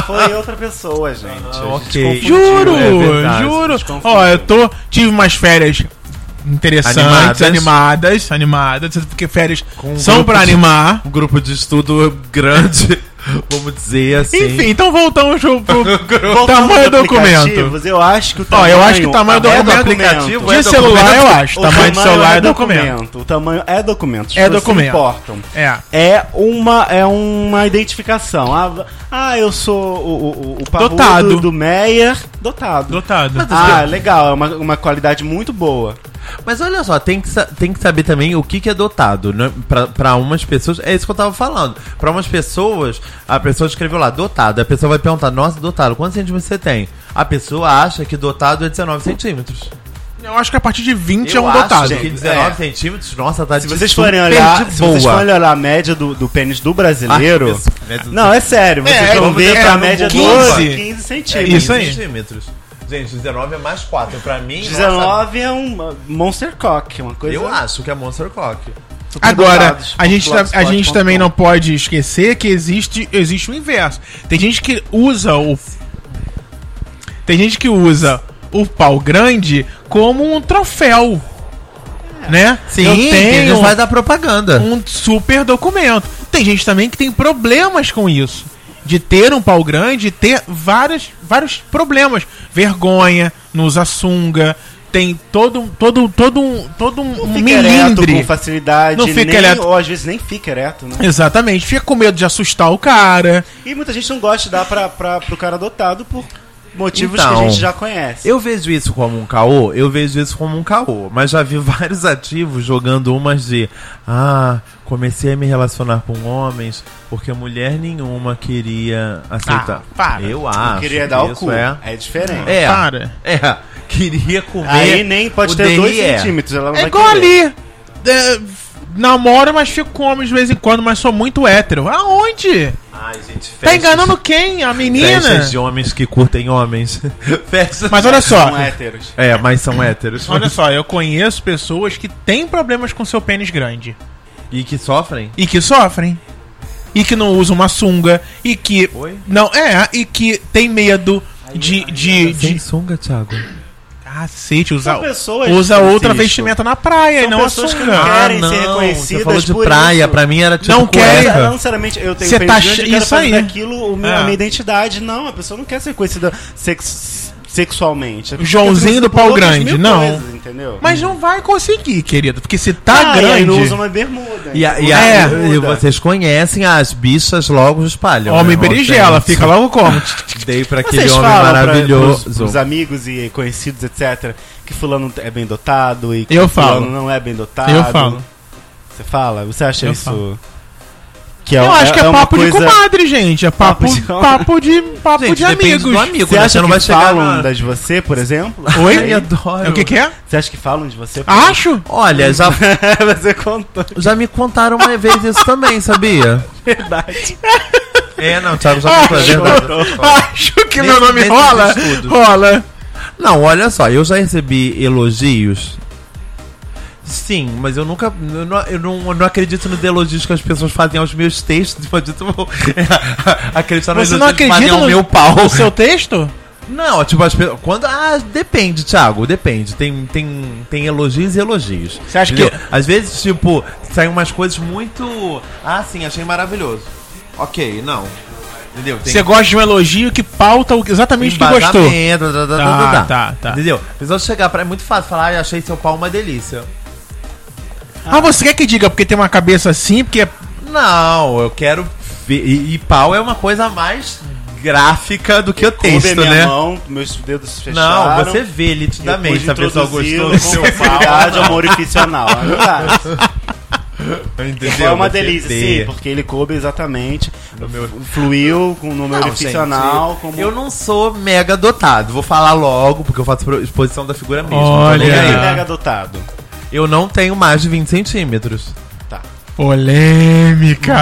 Speaker 2: Foi outra pessoa, gente. A
Speaker 1: Ah,
Speaker 2: gente
Speaker 3: ok.
Speaker 2: confundiu.
Speaker 1: Juro,
Speaker 3: É verdade,
Speaker 1: juro.
Speaker 2: nos confundiu.
Speaker 1: Ó, eu tô. Tive umas férias interessantes, animadas,
Speaker 3: Animadas.
Speaker 1: animadas, porque férias
Speaker 3: Com um
Speaker 1: são
Speaker 3: grupo
Speaker 1: pra
Speaker 3: de-
Speaker 1: animar.
Speaker 3: Um grupo de estudo grande, vamos dizer assim.
Speaker 1: Enfim, então voltamos pro,
Speaker 3: um
Speaker 1: pro
Speaker 2: Voltando
Speaker 1: tamanho do
Speaker 2: aos
Speaker 1: documento.
Speaker 2: aplicativos, Eu acho que o
Speaker 1: Ó, eu acho que o tamanho do
Speaker 2: é
Speaker 1: documento-
Speaker 2: documento.
Speaker 3: Ou é
Speaker 1: De celular,
Speaker 3: documento?
Speaker 1: eu acho.
Speaker 2: O
Speaker 1: Tamanho de celular é
Speaker 2: é
Speaker 1: documento.
Speaker 2: O tamanho é documento. As
Speaker 1: É
Speaker 2: pessoas se
Speaker 1: documento.
Speaker 2: importam.
Speaker 1: É.
Speaker 2: é uma, é uma identificação. Ah, ah, eu sou o, o, o- o parrudo
Speaker 1: Dotado.
Speaker 2: do Meyer. Dotado.
Speaker 1: Dotado.
Speaker 2: Ah, legal. É uma, uma qualidade muito boa.
Speaker 3: Mas olha só, tem que, sa- tem que saber também o que, que é dotado, né? Pra, pra umas pessoas, é isso que eu tava falando. Pra umas pessoas, a pessoa escreveu lá, dotado. A pessoa vai perguntar, nossa, dotado, quantos centímetros você tem? A pessoa acha que dotado é 19 centímetros.
Speaker 1: Eu acho que a partir de 20 é um
Speaker 3: acho
Speaker 1: dotado.
Speaker 3: que 19 centímetros, nossa, tá
Speaker 2: Se vocês forem olhar, se vocês forem olhar a média do, do pênis do
Speaker 1: Ah,
Speaker 2: brasileiro. não, é sério. Vocês
Speaker 1: É,
Speaker 2: vão
Speaker 1: vamos
Speaker 2: ver
Speaker 1: ver
Speaker 2: que a
Speaker 1: no
Speaker 2: média
Speaker 1: Google.
Speaker 2: do
Speaker 1: 15.
Speaker 2: 15
Speaker 1: É
Speaker 2: centímetros.
Speaker 1: isso aí.
Speaker 3: centímetros. Gente, 19 é mais 4. Pra mim, nossa,
Speaker 2: 19 é um Monster Cock, uma coisa.
Speaker 3: eu acho que é Monster Cock.
Speaker 2: super
Speaker 1: Agora,
Speaker 2: dotados,
Speaker 1: a gente, tá- a
Speaker 2: blogspot
Speaker 1: gente
Speaker 2: ponto
Speaker 1: também
Speaker 2: com.
Speaker 1: não pode esquecer que existe, existe o inverso. Tem gente que usa o. Tem gente que usa o pau grande como um troféu. Né?
Speaker 3: É. Sim,
Speaker 1: Eu
Speaker 3: tem,
Speaker 1: tenho
Speaker 3: vai dar propaganda.
Speaker 1: um super documento. Tem gente também que tem problemas com isso. de ter um pau grande e ter várias, vários problemas. Vergonha, não usa sunga, tem todo, todo, todo um, todo um
Speaker 2: Não fica ereto com
Speaker 1: milindre.
Speaker 2: facilidade,
Speaker 1: Não fica
Speaker 2: nem,
Speaker 1: ereto.
Speaker 2: ou às vezes nem fica ereto, né?
Speaker 1: Exatamente, fica com medo de assustar o cara.
Speaker 2: E muita gente não gosta de dar pra, pra, pro cara adotado por motivos que
Speaker 3: Então,
Speaker 2: a gente já conhece.
Speaker 3: Eu vejo isso como um caô, eu vejo isso como um caô, mas já vi vários ativos jogando umas de ah, comecei a me relacionar com homens porque mulher nenhuma queria aceitar.
Speaker 1: Ah, para.
Speaker 3: Eu acho.
Speaker 2: Eu queria
Speaker 3: que
Speaker 2: dar o
Speaker 3: isso
Speaker 2: cu.
Speaker 3: É.
Speaker 2: É, diferente.
Speaker 3: É.
Speaker 1: Para.
Speaker 3: É. Queria comer.
Speaker 2: Aí nem pode
Speaker 3: o
Speaker 2: ter dois
Speaker 3: DRE.
Speaker 2: centímetros. Ela não
Speaker 1: É
Speaker 2: vai
Speaker 1: igual
Speaker 2: querer.
Speaker 1: ali. É, namoro, mas fico com homens de vez em quando, mas sou muito hétero. Aonde?
Speaker 3: Ai, gente, festas,
Speaker 1: Tá enganando quem? A menina?
Speaker 3: Festas de homens que curtem homens. festas
Speaker 1: Mas olha só.
Speaker 2: São héteros.
Speaker 3: É, mas são héteros.
Speaker 1: Olha só, eu conheço pessoas que têm problemas com seu pênis grande.
Speaker 3: E que sofrem.
Speaker 1: E que sofrem. E que não usam uma sunga. E que.
Speaker 3: Oi?
Speaker 1: Não, é. E que tem medo de. de,
Speaker 3: Sem
Speaker 1: de
Speaker 3: sunga, Thiago.
Speaker 1: cacete, usar.
Speaker 2: São pessoas,
Speaker 1: Usa outra
Speaker 2: Francisco.
Speaker 1: vestimenta na praia e
Speaker 2: São
Speaker 1: não a
Speaker 2: pessoas que
Speaker 1: sunga.
Speaker 2: não
Speaker 1: Ah,
Speaker 2: querem ser reconhecidas
Speaker 3: Você falou de
Speaker 2: por
Speaker 3: praia,
Speaker 2: isso.
Speaker 3: pra mim era tipo
Speaker 1: Não querem-
Speaker 3: cueca.
Speaker 2: Não, sinceramente, eu tenho
Speaker 1: Cê
Speaker 2: pênis
Speaker 1: tá
Speaker 2: grande,
Speaker 1: che-
Speaker 2: eu quero
Speaker 1: isso
Speaker 2: fazer
Speaker 1: aí.
Speaker 2: aquilo, o meu-
Speaker 1: É.
Speaker 2: a minha identidade. Não, a pessoa não quer ser conhecida sex- sexualmente. Ela
Speaker 1: Joãozinho
Speaker 2: quer ser
Speaker 1: do pau
Speaker 2: outras
Speaker 1: grande,
Speaker 2: mil
Speaker 1: não.
Speaker 2: coisas, entendeu?
Speaker 1: Mas não vai conseguir, querido. Porque se tá
Speaker 2: Ah, e aí
Speaker 1: grande.
Speaker 2: não usa uma bermuda.
Speaker 3: E, a- e a-
Speaker 2: aí usa
Speaker 1: É.
Speaker 2: uma
Speaker 3: e
Speaker 2: bermuda.
Speaker 3: vocês conhecem as bichas logo espalham.
Speaker 1: Homem
Speaker 3: né?
Speaker 1: berinjela,
Speaker 3: Ontem,
Speaker 1: fica logo como?
Speaker 3: Dei pra aquele
Speaker 2: Vocês
Speaker 3: homem
Speaker 2: falam pra-
Speaker 3: maravilhoso.
Speaker 2: pros, pros amigos e conhecidos, etc., que fulano é bem dotado e que
Speaker 1: Eu
Speaker 2: fulano
Speaker 1: falo.
Speaker 2: não é bem dotado.
Speaker 1: Eu falo.
Speaker 2: Você fala? Você acha
Speaker 1: Eu
Speaker 2: isso...
Speaker 1: falo.
Speaker 2: Que um-
Speaker 1: Eu acho que é,
Speaker 2: uma
Speaker 1: papo de
Speaker 2: coisa-
Speaker 1: comadre, gente. É papo,
Speaker 2: Papo de-
Speaker 1: papo de, papo
Speaker 3: Gente,
Speaker 1: de
Speaker 3: depende
Speaker 1: amigos.
Speaker 3: do amigo.
Speaker 2: Você
Speaker 3: né?
Speaker 2: acha
Speaker 3: Você não
Speaker 2: que
Speaker 3: vai chegar
Speaker 2: falam
Speaker 3: na-
Speaker 2: das de você, por exemplo?
Speaker 1: Oi? Ah!
Speaker 3: Eu adoro.
Speaker 1: É o que, que é?
Speaker 2: Você acha que falam de você? por exemplo?
Speaker 1: Acho?
Speaker 3: Olha, já,
Speaker 2: você contou.
Speaker 3: já me contaram uma vez isso também, sabia?
Speaker 2: Verdade.
Speaker 3: É, não, Thiago já
Speaker 1: Acho.
Speaker 3: me fazendo.
Speaker 1: Acho que
Speaker 3: Nesse-
Speaker 1: meu nome
Speaker 3: nesse
Speaker 1: rola.
Speaker 3: estudo.
Speaker 1: Rola.
Speaker 3: Não, olha só, eu já recebi elogios. Sim, mas eu nunca. Eu não, eu não, eu não acredito nos elogios que as pessoas fazem aos meus textos. Eu acredito, acreditar nos
Speaker 1: Você não
Speaker 3: elogios que fazem
Speaker 1: acredita
Speaker 3: ao
Speaker 1: no-
Speaker 3: meu pau.
Speaker 1: O seu texto?
Speaker 3: Não, tipo, as pessoas. Quando. Ah, depende, Thiago, depende. Tem, tem, tem elogios e elogios.
Speaker 1: Você acha
Speaker 3: Entendeu?
Speaker 1: que-
Speaker 3: Às vezes, tipo, saem umas coisas muito. Ah, sim, achei maravilhoso. Ok, não. Entendeu? Tem
Speaker 1: Você gosta de um elogio que pauta o- exatamente o que gostou.
Speaker 3: Embasamento, tá, tá,
Speaker 1: Tá,
Speaker 3: tá, tá,
Speaker 1: tá, tá.
Speaker 3: Entendeu? A pessoa chegar pra. É muito fácil falar, ah, achei seu pau uma delícia.
Speaker 1: Ah, você quer que diga porque tem uma cabeça assim, porque é
Speaker 3: Não, eu quero ver. E, e pau é uma coisa mais gráfica do que o
Speaker 2: Coube
Speaker 3: texto,
Speaker 2: minha
Speaker 3: né?
Speaker 2: mão, meus dedos fecharam.
Speaker 3: Não,
Speaker 1: é
Speaker 3: você vê
Speaker 2: Eu
Speaker 3: nitidamente tá se é a
Speaker 1: tá
Speaker 2: pude
Speaker 3: pessoa
Speaker 2: introduzir
Speaker 3: gostou do seu
Speaker 2: com facilidade amorificional. é
Speaker 3: Entendeu?
Speaker 2: Foi É uma
Speaker 3: Você
Speaker 2: delícia,
Speaker 3: vê.
Speaker 2: sim, porque ele coube exatamente.
Speaker 3: No meu-
Speaker 2: Fluiu com o número
Speaker 3: Não,
Speaker 2: orificional.
Speaker 3: gente,
Speaker 2: como...
Speaker 3: Eu não sou mega dotado, vou falar logo, porque eu faço pro- exposição da figura mesmo.
Speaker 1: Olha.
Speaker 3: não tô nem
Speaker 2: Ele é
Speaker 3: aí.
Speaker 2: mega dotado.
Speaker 3: Eu não tenho mais de 20 centímetros.
Speaker 2: Tá.
Speaker 1: polêmica.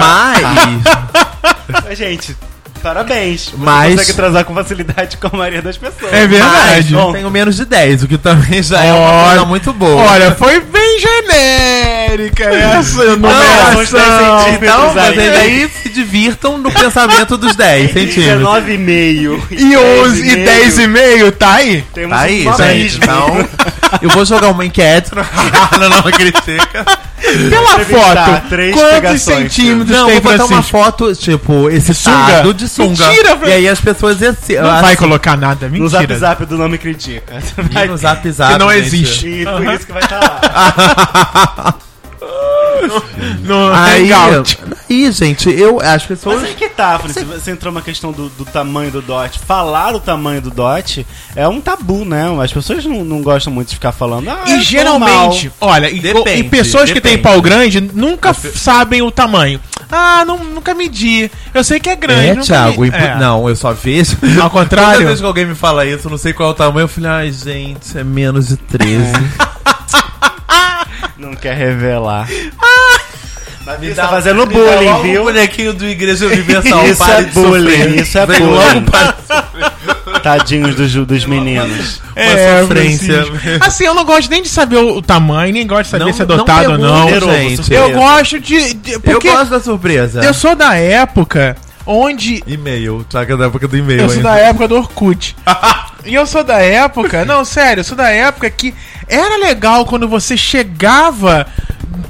Speaker 3: Mas.
Speaker 2: Mas, gente, parabéns. Você
Speaker 3: Mas-
Speaker 2: consegue transar com facilidade com a maioria das pessoas.
Speaker 1: É
Speaker 3: mas
Speaker 1: verdade.
Speaker 3: eu tenho menos de 10, o que também já é uma
Speaker 1: Olha.
Speaker 3: coisa muito boa.
Speaker 1: Olha, foi bem genérica essa
Speaker 3: Não,
Speaker 2: mas tem
Speaker 1: numeração.
Speaker 2: sentido.
Speaker 3: então
Speaker 2: centímetros aí.
Speaker 3: vocês aí se divirtam no pensamento dos 10 centímetros.
Speaker 2: 19,5.
Speaker 1: E 11 e 10 e meio, tá aí?
Speaker 2: Temos
Speaker 3: Tá aí,
Speaker 2: um
Speaker 3: gente.
Speaker 2: abismo.
Speaker 3: Então, eu vou jogar uma enquete na na nova critica.
Speaker 1: Pela
Speaker 2: Entrevistar
Speaker 1: foto,
Speaker 2: três
Speaker 1: quantos
Speaker 2: pegações,
Speaker 1: centímetros
Speaker 3: Não,
Speaker 1: tem
Speaker 3: vou botar uma
Speaker 1: Francisco?
Speaker 3: foto, tipo, esse
Speaker 1: Sunga?
Speaker 3: sunga de sunga.
Speaker 1: Mentira, Fran-
Speaker 3: e aí as pessoas assim,
Speaker 1: Não vai colocar nada,
Speaker 2: No zap
Speaker 1: mentira.
Speaker 2: zap do Nome Critica. Você vai-
Speaker 3: no zap zap.
Speaker 1: Que não
Speaker 3: gente.
Speaker 1: existe.
Speaker 2: E por isso que vai estar lá.
Speaker 1: No
Speaker 3: Aí,
Speaker 1: Hangout.
Speaker 3: aí, gente, eu as
Speaker 2: Mas
Speaker 3: pessoas
Speaker 1: é
Speaker 2: aí que tá, Fran, você entrou uma questão do, do tamanho do dot. Falar o tamanho do dot é um tabu, né? As pessoas não, não gostam muito de ficar falando. Ah,
Speaker 1: E
Speaker 2: eu tô
Speaker 1: geralmente,
Speaker 2: mal.
Speaker 1: olha, e,
Speaker 3: é Depende,
Speaker 1: e pessoas que têm
Speaker 3: depende.
Speaker 1: pau grande nunca f- sabem o tamanho. Ah, não, nunca medi. Eu sei que é grande.
Speaker 3: É,
Speaker 1: nunca
Speaker 3: Thiago,
Speaker 1: me-
Speaker 3: impo-
Speaker 1: é.
Speaker 3: não, eu só vejo.
Speaker 1: Ao contrário.
Speaker 3: Toda vez que alguém me fala isso, eu não sei qual é o tamanho, eu falei, ai, gente, é menos de 13.
Speaker 1: É.
Speaker 2: Não quer revelar. Mas
Speaker 3: Me
Speaker 2: isso
Speaker 3: dá-
Speaker 2: tá fazendo
Speaker 3: me dá
Speaker 2: bullying,
Speaker 3: logo O
Speaker 2: viu?
Speaker 3: bonequinho do Igreja Universal,
Speaker 2: Isso
Speaker 3: um pare
Speaker 2: é
Speaker 3: de
Speaker 2: bullying,
Speaker 3: sofrer.
Speaker 2: isso é
Speaker 3: Vem
Speaker 2: bullying.
Speaker 3: logo para de sofrer.
Speaker 2: Tadinhos dos, dos meninos.
Speaker 1: É,
Speaker 3: sofrência.
Speaker 1: Francisco. Assim, eu não gosto nem de saber o, o tamanho, nem gosto de saber
Speaker 3: Não-
Speaker 1: se é dotado ou não.
Speaker 3: pergunta,
Speaker 2: Poderoso,
Speaker 3: gente.
Speaker 1: Eu gosto de. de-
Speaker 3: Eu
Speaker 1: porque eu,
Speaker 3: gosto né? da surpresa.
Speaker 1: sou da época onde.
Speaker 3: E-mail, Thiago é da época do e-mail,
Speaker 1: Eu sou
Speaker 3: hein?
Speaker 1: da época do Orkut. e eu sou da época. Não, sério, eu sou da época que era legal quando você chegava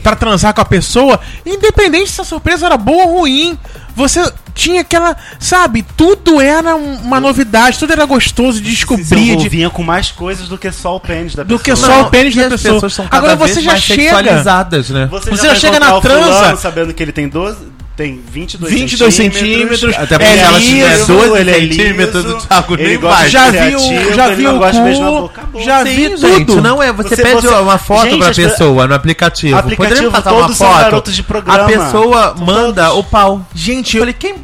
Speaker 1: pra transar com a pessoa, independente se a surpresa era boa ou ruim. Você tinha aquela. Sabe, tudo era um- uma novidade, tudo era gostoso de
Speaker 2: Se
Speaker 1: descobrir. de-
Speaker 2: envolvia é com mais coisas do que só o pênis da
Speaker 1: Do
Speaker 2: pessoa.
Speaker 1: que
Speaker 3: é
Speaker 1: só o pênis
Speaker 3: e
Speaker 1: da
Speaker 3: as
Speaker 1: pessoa.
Speaker 3: pessoas são cada
Speaker 1: Agora
Speaker 3: vez
Speaker 1: você já
Speaker 3: mais
Speaker 1: chega.
Speaker 3: sexualizadas, né?
Speaker 1: Você já
Speaker 2: vai
Speaker 1: chega na
Speaker 2: encontrar o fulano
Speaker 1: transa.
Speaker 2: sabendo que ele tem 12, tem 22,
Speaker 1: 22 centímetros,
Speaker 3: Até porque
Speaker 1: É
Speaker 3: ela tiver
Speaker 1: liso,
Speaker 3: 12
Speaker 2: ele é
Speaker 3: centímetros
Speaker 2: liso,
Speaker 3: do Thiago,
Speaker 2: ele
Speaker 3: nem
Speaker 2: gosta
Speaker 3: vai.
Speaker 2: de
Speaker 1: Já
Speaker 2: Ele é
Speaker 1: viu,
Speaker 2: ativo,
Speaker 1: já
Speaker 2: ele
Speaker 1: viu
Speaker 2: não
Speaker 1: o
Speaker 2: gosta de beijar na
Speaker 1: cu,
Speaker 2: boca, acabou.
Speaker 1: já
Speaker 3: Sim,
Speaker 1: vi
Speaker 3: gente,
Speaker 1: tudo.
Speaker 3: não é, Tá você,
Speaker 2: Você-
Speaker 3: pede
Speaker 2: você-
Speaker 3: uma foto
Speaker 2: Gente,
Speaker 3: pra
Speaker 2: as pe-
Speaker 3: pessoa no aplicativo.
Speaker 2: Aplicativo,
Speaker 3: Poderia passar uma
Speaker 2: todos são
Speaker 3: foto.
Speaker 2: garotos de programa.
Speaker 3: A pessoa manda o pau.
Speaker 1: Gente,
Speaker 3: Eu falei, quem.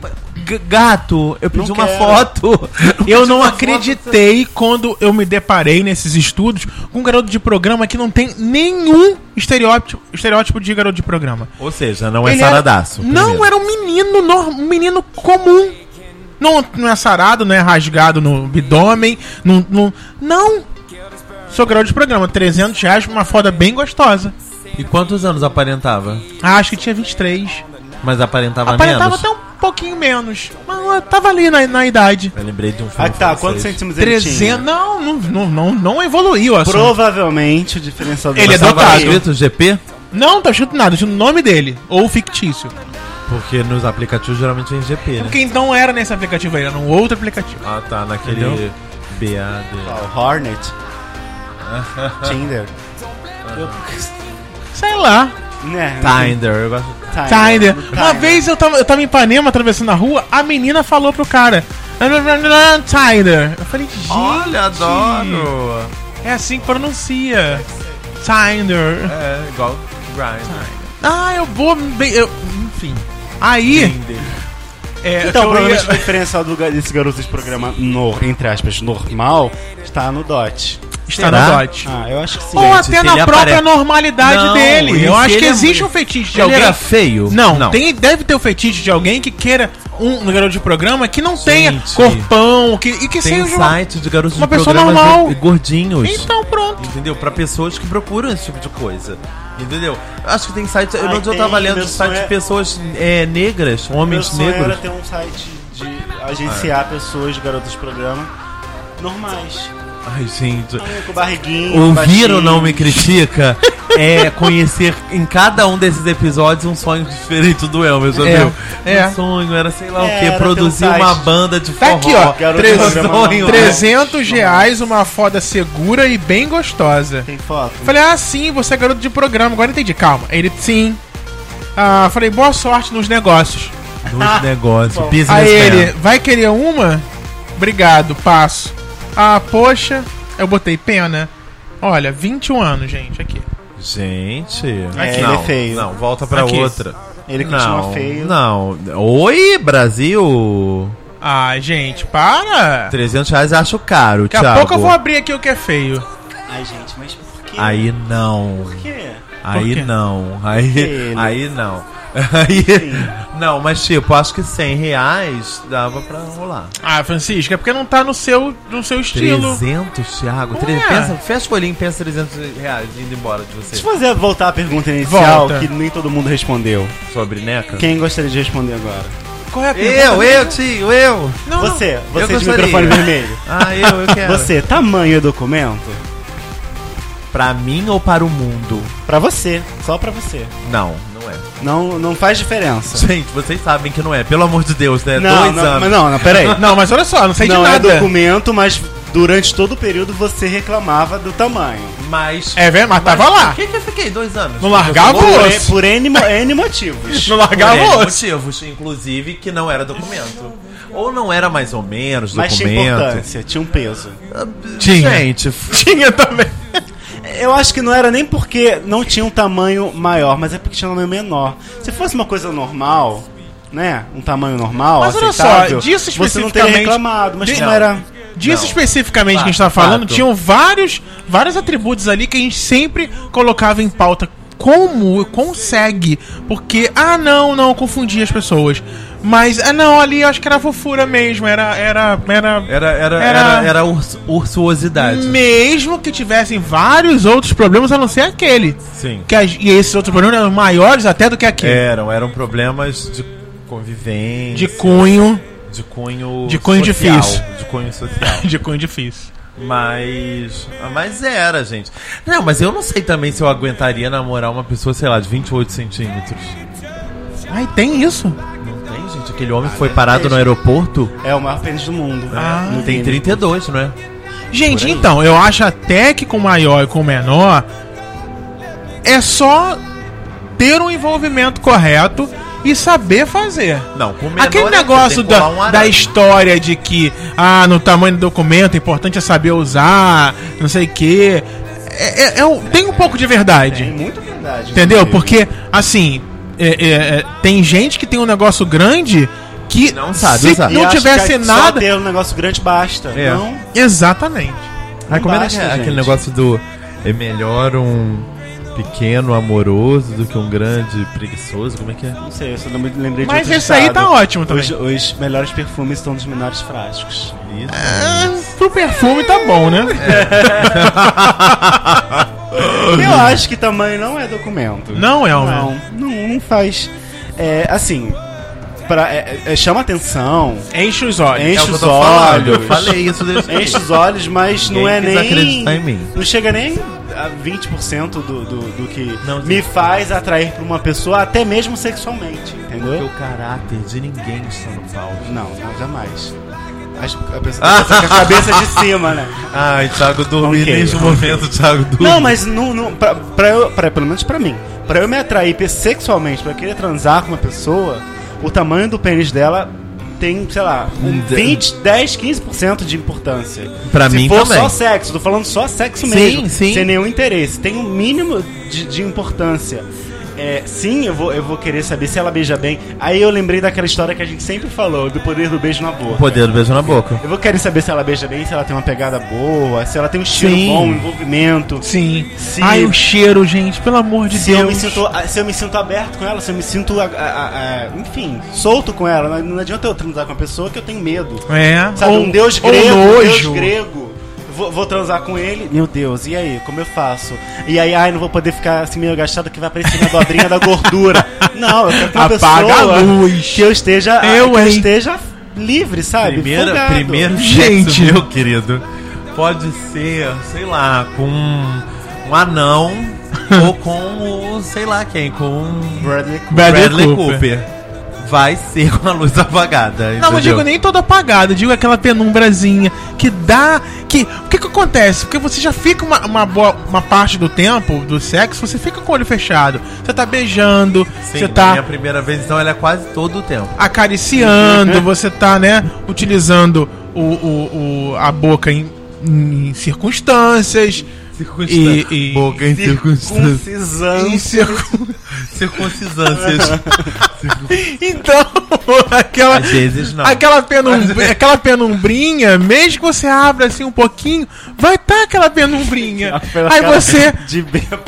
Speaker 3: G- Gato, eu pedi
Speaker 2: Não
Speaker 3: uma
Speaker 2: quero.
Speaker 3: foto.
Speaker 1: Eu não acreditei quando eu me deparei nesses estudos com um garoto de programa que não tem nenhum estereótipo, estereótipo de garoto de programa.
Speaker 3: Ou seja, não é
Speaker 1: Ele era-
Speaker 3: saradaço.
Speaker 1: não,
Speaker 3: primeiro.
Speaker 1: era um menino, nor- um menino comum. Não, não é sarado, não é rasgado no abdômen. Não. Não. não. Sou garoto de programa, 300 reais, uma foda bem gostosa.
Speaker 3: E quantos anos aparentava?
Speaker 1: Ah, acho que tinha 23.
Speaker 3: Mas aparentava,
Speaker 1: Aparentava
Speaker 3: menos?
Speaker 1: até um pouquinho menos. Mas eu tava ali na, na idade.
Speaker 3: Eu lembrei de um filme.
Speaker 2: Ah, tá.
Speaker 3: francês.
Speaker 2: Quantos centímetros ele
Speaker 1: 300.
Speaker 2: tinha?
Speaker 1: Não, não, não, não, não evoluiu assim.
Speaker 2: Provavelmente o diferencial
Speaker 1: Ele é
Speaker 3: Mas tava
Speaker 1: dotado.
Speaker 3: escrito GP?
Speaker 1: Não, tá escrito nada, escrito o nome dele. Ou fictício.
Speaker 3: Porque nos aplicativos geralmente vem
Speaker 1: É
Speaker 3: GP, né?
Speaker 1: porque então era nesse aplicativo aí, era num outro aplicativo.
Speaker 3: Ah, tá. Naquele
Speaker 1: Entendeu?
Speaker 3: BAD.
Speaker 2: O Hornet. Tinder.
Speaker 1: Sei lá.
Speaker 2: Né,
Speaker 1: Ah.
Speaker 3: Tinder. eu gosto-
Speaker 1: Tá, ainda.
Speaker 2: Tinder.
Speaker 3: né?
Speaker 1: Uma vez eu tava, eu tava em Ipanema atravessando a rua, a menina falou pro cara. Tinder. Eu falei, gente.
Speaker 3: Olha, adoro.
Speaker 1: É assim que pronuncia. Tinder.
Speaker 3: É, igual Grind.
Speaker 1: Ah, eu vou. bem- Eu, enfim. Aí. É,
Speaker 2: Então,
Speaker 1: que eu
Speaker 2: provavelmente
Speaker 1: ia-
Speaker 2: o diferencial do, ga- desse garoto de programa, no, entre aspas, normal, está no DOT.
Speaker 1: está
Speaker 3: Será?
Speaker 1: no dot.
Speaker 2: Ah, eu acho que sim.
Speaker 1: Ou
Speaker 3: Gente,
Speaker 1: até
Speaker 3: se
Speaker 1: na
Speaker 3: ele
Speaker 1: própria
Speaker 3: apare-
Speaker 1: normalidade
Speaker 3: Não,
Speaker 1: dele. Eu
Speaker 3: se
Speaker 1: acho
Speaker 3: ele
Speaker 1: que
Speaker 3: é
Speaker 1: existe
Speaker 3: muito-
Speaker 1: um fetiche de
Speaker 3: Ele é
Speaker 1: alguém.
Speaker 3: era feio?
Speaker 1: Não, Tem, deve ter o fetiche de alguém que queira um, um garoto de programa que não tenha corpão que, e que
Speaker 3: Tem um
Speaker 1: seja uma...
Speaker 3: site de garotos
Speaker 1: uma
Speaker 3: de
Speaker 1: pessoa
Speaker 3: programas
Speaker 1: normal.
Speaker 3: e- e gordinhos.
Speaker 1: Então pronto.
Speaker 3: Entendeu? Pra pessoas que procuram esse tipo de coisa. Entendeu? Acho que tem sites. Eu
Speaker 2: Ai,
Speaker 3: não sei,
Speaker 2: tem,
Speaker 3: eu tava lendo
Speaker 2: meu
Speaker 3: site
Speaker 2: sonho
Speaker 3: de
Speaker 2: é-
Speaker 3: pessoas é, negras,
Speaker 2: Meu
Speaker 3: homens
Speaker 2: sonho era
Speaker 3: negros.
Speaker 2: ter um site de agenciar pessoas, garotos de programa, normais.
Speaker 3: Ai, gente.
Speaker 2: Com barriguinha,
Speaker 3: Ouvir
Speaker 2: baixinho.
Speaker 3: ou não me critica é conhecer em cada um desses episódios um sonho diferente do Elmer, já
Speaker 1: É,
Speaker 3: viu?
Speaker 1: é.
Speaker 3: Um sonho era, sei lá
Speaker 2: É,
Speaker 3: o
Speaker 2: era
Speaker 3: que,
Speaker 2: ter um
Speaker 3: produzir
Speaker 2: site.
Speaker 3: uma banda de
Speaker 1: Tá
Speaker 3: forró.
Speaker 1: aqui, ó,
Speaker 2: Garoto
Speaker 3: Três
Speaker 2: de programa
Speaker 3: sonhos.
Speaker 2: normal.
Speaker 1: 300 reais, uma foda segura e bem gostosa.
Speaker 2: Tem foto?
Speaker 1: Falei, ah, sim, você é garoto de programa. Agora entendi. Calma. Ele, sim. Ah, falei, boa sorte nos negócios.
Speaker 3: Nos negócios. business
Speaker 1: Aí ele,
Speaker 3: plan.
Speaker 1: vai querer uma? Obrigado, passo. Ah, poxa. Eu botei pena. Olha, 21 anos, gente, aqui.
Speaker 3: Gente.
Speaker 2: É,
Speaker 3: não,
Speaker 2: ele é feio.
Speaker 3: Não, volta pra
Speaker 1: Aqui.
Speaker 3: outra.
Speaker 2: Ele continua
Speaker 3: Não,
Speaker 2: feio.
Speaker 3: não. Oi, Brasil!
Speaker 1: Ah, gente, para.
Speaker 3: 300 reais eu acho caro,
Speaker 1: Daqui a
Speaker 3: Thiago.
Speaker 1: pouco eu vou abrir aqui o que é feio.
Speaker 2: Ai, gente, mas por quê?
Speaker 3: Aí não.
Speaker 2: Por quê?
Speaker 1: Por quê?
Speaker 3: Aí não.
Speaker 2: ele?
Speaker 3: Aí, aí não. Aí, não, mas tipo, acho que 100 reais dava pra rolar.
Speaker 1: Ah, Francisco, é porque não tá no seu, no seu estilo.
Speaker 3: 300, Thiago? Tre-
Speaker 1: É.
Speaker 3: Pensa, fecha o olhinho e pensa 300 reais indo embora de
Speaker 2: Deixa
Speaker 3: você.
Speaker 2: eu fazer voltar à pergunta inicial
Speaker 1: Volta.
Speaker 2: que nem todo mundo respondeu.
Speaker 3: Sobre neca?
Speaker 2: Quem gostaria de responder agora?
Speaker 1: Qual é a
Speaker 3: Eu, eu, tio, eu!
Speaker 1: Não, não.
Speaker 2: Você, você de
Speaker 3: gostaria.
Speaker 2: microfone vermelho.
Speaker 3: Ah, eu, eu quero.
Speaker 2: Você, tamanho é documento?
Speaker 3: Pra mim ou para o mundo?
Speaker 2: Pra você, só pra você.
Speaker 3: Não, não é.
Speaker 2: Não, não faz diferença.
Speaker 3: Gente, vocês sabem que não é. Pelo amor de Deus, né?
Speaker 2: não,
Speaker 3: Dois
Speaker 2: não,
Speaker 3: anos.
Speaker 2: mas não, não, peraí.
Speaker 1: Ah, Não, mas olha só, não sei de
Speaker 2: não é
Speaker 1: nada.
Speaker 2: documento, mas durante todo o período você reclamava do tamanho.
Speaker 3: Mas.
Speaker 1: É, velho, mas tava lá.
Speaker 3: Por que, que eu fiquei dois anos?
Speaker 1: Não largava o
Speaker 2: Por,
Speaker 1: osso.
Speaker 2: é, por N, mo- N motivos.
Speaker 1: Não
Speaker 3: Por
Speaker 1: largava o
Speaker 3: N
Speaker 1: osso.
Speaker 3: motivos, inclusive, que não era documento. Ou não era mais ou menos
Speaker 2: Mas tinha
Speaker 3: documento.
Speaker 2: importância, tinha um peso.
Speaker 1: Tinha.
Speaker 3: Gente, f-
Speaker 1: Tinha também.
Speaker 2: Eu acho que não era nem porque não tinha um tamanho maior, mas é porque tinha um tamanho menor. Se fosse uma coisa normal, né? Um tamanho normal,
Speaker 1: Mas olha só,
Speaker 2: aceitável,
Speaker 1: disso
Speaker 2: você não teria
Speaker 1: especificamente-
Speaker 2: reclamado, mas
Speaker 1: de-
Speaker 2: não era...
Speaker 1: Disso
Speaker 3: Não.
Speaker 1: especificamente que a gente tá
Speaker 3: Fato,
Speaker 1: falando,
Speaker 3: fato.
Speaker 1: tinham vários, vários atributos ali que a gente sempre colocava em pauta. Como consegue? Porque, ah, não, não, confundi as pessoas. Mas, ah, não, ali eu acho que era fofura mesmo, era. era, era...
Speaker 3: era, era,
Speaker 1: Era-
Speaker 3: era... era urs- ursuosidade.
Speaker 1: Mesmo que tivessem vários outros problemas a não ser aquele.
Speaker 3: Sim. É.
Speaker 1: Que as- e esses outros problemas eram maiores até do que aquele.
Speaker 3: Eram, eram problemas de convivência.
Speaker 1: De cunho.
Speaker 3: de cunho.
Speaker 1: de cunho
Speaker 3: social,
Speaker 1: difícil.
Speaker 3: De cunho social.
Speaker 1: De cunho difícil.
Speaker 3: Mas. Mas era, gente. Não, mas eu não sei também se eu aguentaria namorar uma pessoa, sei lá, de 28 centímetros.
Speaker 1: Ai, tem isso?
Speaker 3: Não tem, gente. Ah, né? episódio, aquele homem que foi parado no aeroporto,
Speaker 2: É o maior pênis do mundo.
Speaker 1: Ah,
Speaker 2: não
Speaker 3: tem 32, não é?
Speaker 1: Gente, então, eu acho até que com maior e com menor é só ter um envolvimento correto e saber fazer.
Speaker 3: Não, com menor
Speaker 1: Aquele
Speaker 3: é que
Speaker 1: negócio
Speaker 3: tem que
Speaker 1: da,
Speaker 3: colar um arame.
Speaker 1: da história de que, ah, no tamanho do documento, o importante é saber usar, não sei o quê. É, é- é um- tem um pouco de verdade.
Speaker 2: Tem muita verdade.
Speaker 1: Entendeu?
Speaker 2: inclusive.
Speaker 1: Porque, assim, é- é- é, tem gente que tem um negócio grande que
Speaker 3: Não sabe
Speaker 1: se
Speaker 3: usar.
Speaker 2: E
Speaker 1: não
Speaker 2: acha
Speaker 1: tivesse
Speaker 2: que Só
Speaker 1: nada.
Speaker 2: ter um negócio grande basta.
Speaker 3: É.
Speaker 2: Não.
Speaker 1: Exatamente.
Speaker 3: Ai, como
Speaker 2: basta,
Speaker 3: é que é aquele
Speaker 2: gente.
Speaker 3: negócio do é melhor um pequeno amoroso do que um grande preguiçoso? Como é que é?
Speaker 2: Não sei, eu só lembra- lembrei de
Speaker 1: Mas
Speaker 2: outro
Speaker 1: esse aí
Speaker 2: ditado.
Speaker 1: tá ótimo também.
Speaker 2: Os, os melhores perfumes estão nos menores frascos.
Speaker 3: Isso.
Speaker 1: Ah, Pro perfume tá bom, né?
Speaker 2: Eu acho que tamanho não é documento.
Speaker 1: Não é, né?
Speaker 2: Não, não, não faz. É, assim, pra, é, é, chama atenção,
Speaker 1: Enche os olhos.
Speaker 2: enche
Speaker 3: É o que eu
Speaker 2: os
Speaker 3: tô falando,
Speaker 2: olhos.
Speaker 3: Eu falei isso desde
Speaker 2: Enche os olhos, mas não
Speaker 3: Ninguém
Speaker 2: é
Speaker 3: quis
Speaker 2: nem.
Speaker 3: acreditar em mim.
Speaker 2: Não chega nem a 20% do, do, do que
Speaker 3: Não,
Speaker 2: me
Speaker 3: sim.
Speaker 2: faz atrair pra uma pessoa, até mesmo sexualmente, entendeu?
Speaker 3: o caráter de ninguém está no pau.
Speaker 2: Não, não, jamais. Acho que a pessoa tá com a cabeça de cima, né?
Speaker 3: Ai, Thiago, dormi
Speaker 2: Ok,
Speaker 3: nesse
Speaker 2: ok.
Speaker 3: momento, Thiago, dormi.
Speaker 2: Não, mas não, não, pra, pra eu, pra, pelo menos pra mim, pra eu me atrair pe- sexualmente, pra eu querer transar com uma pessoa, o tamanho do pênis dela tem, sei lá, um
Speaker 3: Hum, De-
Speaker 2: 20, 10, 15% de importância.
Speaker 3: Pra
Speaker 2: Se
Speaker 3: mim
Speaker 2: for
Speaker 3: também.
Speaker 2: só sexo, tô falando só sexo
Speaker 3: Sim,
Speaker 2: mesmo,
Speaker 3: sim.
Speaker 2: sem nenhum interesse. Tem um mínimo de, de importância. É, sim, eu vou, eu vou querer saber se ela beija bem. Aí eu lembrei daquela história que a gente sempre falou, do poder do beijo na boca.
Speaker 3: O poder do beijo na boca.
Speaker 2: Eu vou querer saber se ela beija bem, se ela tem uma pegada boa, se ela tem um cheiro
Speaker 1: Sim.
Speaker 2: bom, envolvimento.
Speaker 1: Sim.
Speaker 2: Se-
Speaker 1: Ai, o cheiro, gente, pelo amor de
Speaker 2: se eu, me
Speaker 1: Deus.
Speaker 2: sinto, ah, se eu me sinto aberto com ela, se eu me sinto, ah, a- a- a- enfim, solto com ela, não adianta eu transar com uma pessoa que eu tenho medo.
Speaker 1: É.
Speaker 2: Sabe, um deus
Speaker 1: ou
Speaker 2: grego, um deus
Speaker 1: nojo.
Speaker 2: grego. Vou, vou transar com ele, meu Deus, e aí, como eu faço? E aí, ai, não vou poder ficar assim meio agachado que vai aparecer a dobrinha da gordura. Não, eu quero que uma
Speaker 1: Apaga
Speaker 2: pessoa
Speaker 1: a luz.
Speaker 2: que eu esteja, ah,
Speaker 1: Eu,
Speaker 2: que eu
Speaker 1: hein?
Speaker 2: esteja livre, sabe?
Speaker 3: Primeira,
Speaker 2: Folgado.
Speaker 3: primeiro
Speaker 1: Gente.
Speaker 3: sexo, meu querido, pode ser, sei lá, com um, um anão ou com o, sei lá quem, com um
Speaker 2: Bradley Cooper.
Speaker 1: Bradley Cooper.
Speaker 3: Cooper. Vai ser com a luz
Speaker 1: Não,
Speaker 3: apagada.
Speaker 1: não
Speaker 3: entendeu?
Speaker 1: digo né, nem toda apagada, digo aquela penumbrazinha que dá. Que, o que que acontece? Porque você já fica uma, uma, boa, uma parte do tempo do sexo, você fica com o olho fechado. Você tá beijando,
Speaker 3: Sim,
Speaker 1: você
Speaker 3: na
Speaker 1: tá
Speaker 3: minha primeira vez, então ela é quase todo o tempo.
Speaker 1: acariciando, você tá, né, utilizando o, o, o- a boca em, em circunstâncias.
Speaker 3: Circunstância.
Speaker 1: E- e-
Speaker 3: Boca em circunstância.
Speaker 1: Em
Speaker 2: Circuncisão.
Speaker 1: circun-
Speaker 3: Circuncisâncias.
Speaker 1: Então, aquela.
Speaker 3: Às vezes não.
Speaker 1: Aquela, penum- aquela penumbrinha, mesmo que você abra assim um pouquinho, vai tá aquela penumbrinha.
Speaker 2: Pela
Speaker 1: Aí
Speaker 2: cara
Speaker 1: você.
Speaker 2: De bêbado.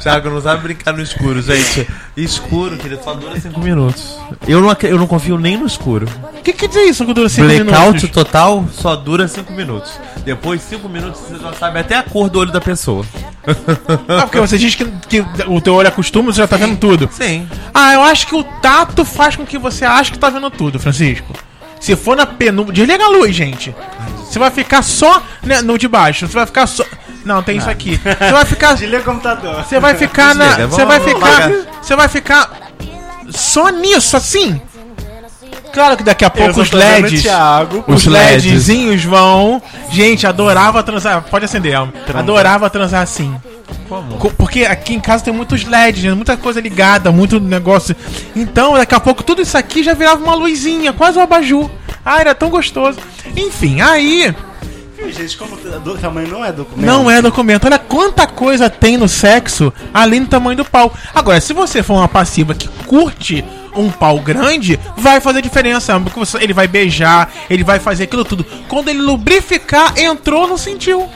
Speaker 3: Tiago, não sabe brincar no escuro, gente. Escuro, querido, só dura 5 minutos. Eu não, ac- eu não confio nem no escuro.
Speaker 1: O que quer dizer isso que dura cinco
Speaker 3: Blackout
Speaker 1: minutos?
Speaker 3: total só dura 5 minutos. Depois de 5 minutos você já sabe até a cor do olho da pessoa.
Speaker 1: Ah, porque você diz que, que o teu olho acostuma, você já tá vendo tudo.
Speaker 3: Sim.
Speaker 1: Ah, eu acho que o tato faz com que você ache que tá vendo tudo, Francisco. Se for na penumbra. Desliga a luz, gente. Você vai ficar só né, no de baixo. Você vai ficar só. Não, tem isso aqui. Você vai ficar.
Speaker 2: De ler computador.
Speaker 1: Você vai ficar na.
Speaker 2: é
Speaker 3: Desliga,
Speaker 1: Você vai
Speaker 3: vamos
Speaker 1: ficar.
Speaker 3: largar.
Speaker 1: Você vai ficar só nisso, assim. Claro que daqui a
Speaker 2: Eu
Speaker 1: pouco
Speaker 2: sou
Speaker 1: os
Speaker 2: Fernando
Speaker 1: LEDs.
Speaker 2: Thiago.
Speaker 1: Os
Speaker 3: Os LEDs.
Speaker 1: LEDzinhos vão. Gente, adorava transar. Pode acender, Elmo. Adorava transar assim.
Speaker 3: Como?
Speaker 1: Co- Porque aqui em casa tem muitos LEDs, né? muita coisa ligada, muito negócio. Então, daqui a pouco, tudo isso aqui já virava uma luzinha, quase um abajur. Ah, era tão gostoso. Enfim, aí
Speaker 2: Gente, como do tamanho não é documento.
Speaker 1: não é documento. Olha quanta coisa tem no sexo ali no tamanho do pau. Agora, se você for uma passiva que curte um pau grande, vai fazer diferença. Porque você- ele vai beijar, ele vai fazer aquilo tudo. Quando ele lubrificar, entrou, não sentiu.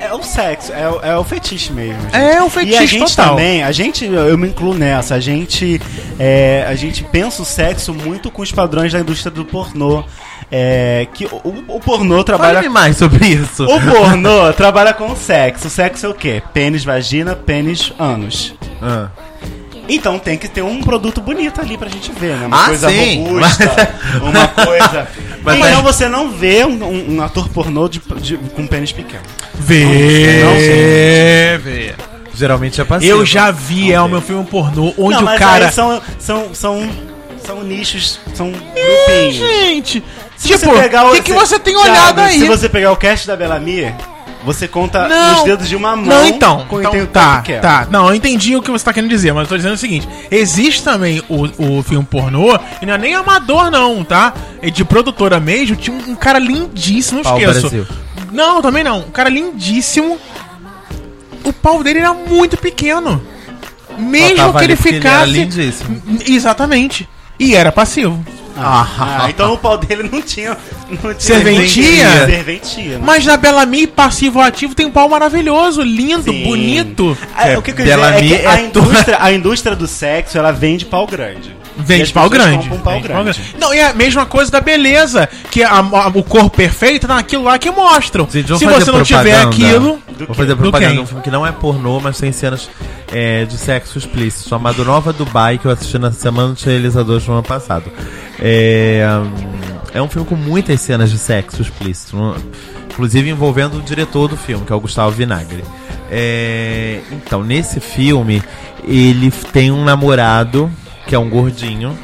Speaker 2: É o sexo, é, o- é o fetiche mesmo. gente.
Speaker 1: É o
Speaker 2: e a
Speaker 1: fetiche
Speaker 2: gente
Speaker 1: total.
Speaker 2: também, a gente, eu me incluo nessa, a gente, é, a gente pensa o sexo muito com os padrões da indústria do pornô. É, que o, o- o pornô trabalha
Speaker 3: Fale mais sobre isso.
Speaker 2: O pornô trabalha com o sexo. O sexo é o quê? Pênis, vagina, pênis, ânus.
Speaker 3: Ah.
Speaker 2: Então tem que ter um produto bonito ali pra gente ver, né? Uma
Speaker 3: Ah,
Speaker 2: coisa
Speaker 3: sim.
Speaker 2: robusta, uma coisa.
Speaker 3: Mas-
Speaker 2: então você não vê um, um- um ator pornô de- de- com pênis pequeno.
Speaker 1: Vê,
Speaker 2: Não,
Speaker 1: vê.
Speaker 3: Geralmente é passivo.
Speaker 1: Eu já vi, é o meu filme pornô, onde
Speaker 2: Não,
Speaker 1: o
Speaker 2: mas
Speaker 1: cara.
Speaker 2: aí são, são, são, são nichos, são grupinhos.
Speaker 1: Gente!
Speaker 2: Se
Speaker 1: tipo,
Speaker 2: você pegar
Speaker 1: o que, que você tem olhado
Speaker 2: Thiago,
Speaker 1: aí?
Speaker 2: Se você pegar o cast da Bellamy, você conta
Speaker 1: Não.
Speaker 2: nos dedos de uma mão.
Speaker 1: Não, então.
Speaker 2: com-
Speaker 1: então
Speaker 2: tem o
Speaker 1: tá,
Speaker 2: tanto que é.
Speaker 1: tá. Não, eu entendi o que você tá querendo dizer, mas eu tô dizendo o seguinte: existe também o, o filme pornô, e não é nem amador, não, tá? É de produtora mesmo, tinha um um cara lindíssimo, não
Speaker 3: Pau
Speaker 1: esqueço.
Speaker 3: Brasil.
Speaker 1: Não, também não. Um cara lindíssimo. O pau dele era muito pequeno. Mesmo
Speaker 3: Faltava
Speaker 1: que ele
Speaker 3: ali porque ele era
Speaker 1: ficasse.
Speaker 3: lindíssimo.
Speaker 1: Exatamente. E era passivo.
Speaker 2: Ah, então o pau dele não tinha. Não tinha
Speaker 1: Serventia?
Speaker 2: Serventia. né?
Speaker 1: Mas na Bellamy, passivo ativo, tem um pau maravilhoso, lindo,
Speaker 2: Sim.
Speaker 1: bonito.
Speaker 2: Ah,
Speaker 3: É,
Speaker 2: o que eu quero dizer é
Speaker 3: Bellamy
Speaker 2: que a,
Speaker 3: é tu-
Speaker 2: indústria, a indústria do sexo, ela vende pau grande. E
Speaker 1: Vende
Speaker 2: as
Speaker 1: pau
Speaker 2: pessoas
Speaker 1: grande.
Speaker 2: compram pau
Speaker 1: Vende
Speaker 2: grande.
Speaker 1: Não, é a mesma coisa da beleza, que a- a- o corpo perfeito tá naquilo lá que mostram.
Speaker 3: Gente, vamos
Speaker 1: Se
Speaker 3: fazer
Speaker 1: você não tiver
Speaker 3: propaganda.
Speaker 1: aquilo.
Speaker 2: Do
Speaker 3: Vou
Speaker 2: quê?
Speaker 3: fazer
Speaker 1: Do
Speaker 3: propaganda
Speaker 1: quem?
Speaker 3: de um filme que não é pornô, mas tem cenas é, de sexo explícito, chamado Nova Dubai, que eu assisti na semana do realizador do ano passado. É, hum, é um filme com muitas cenas de sexo explícito, não- inclusive envolvendo o diretor do filme, que é o Gustavo Vinagre. É, então, nesse filme, ele f- tem um namorado, que é um gordinho,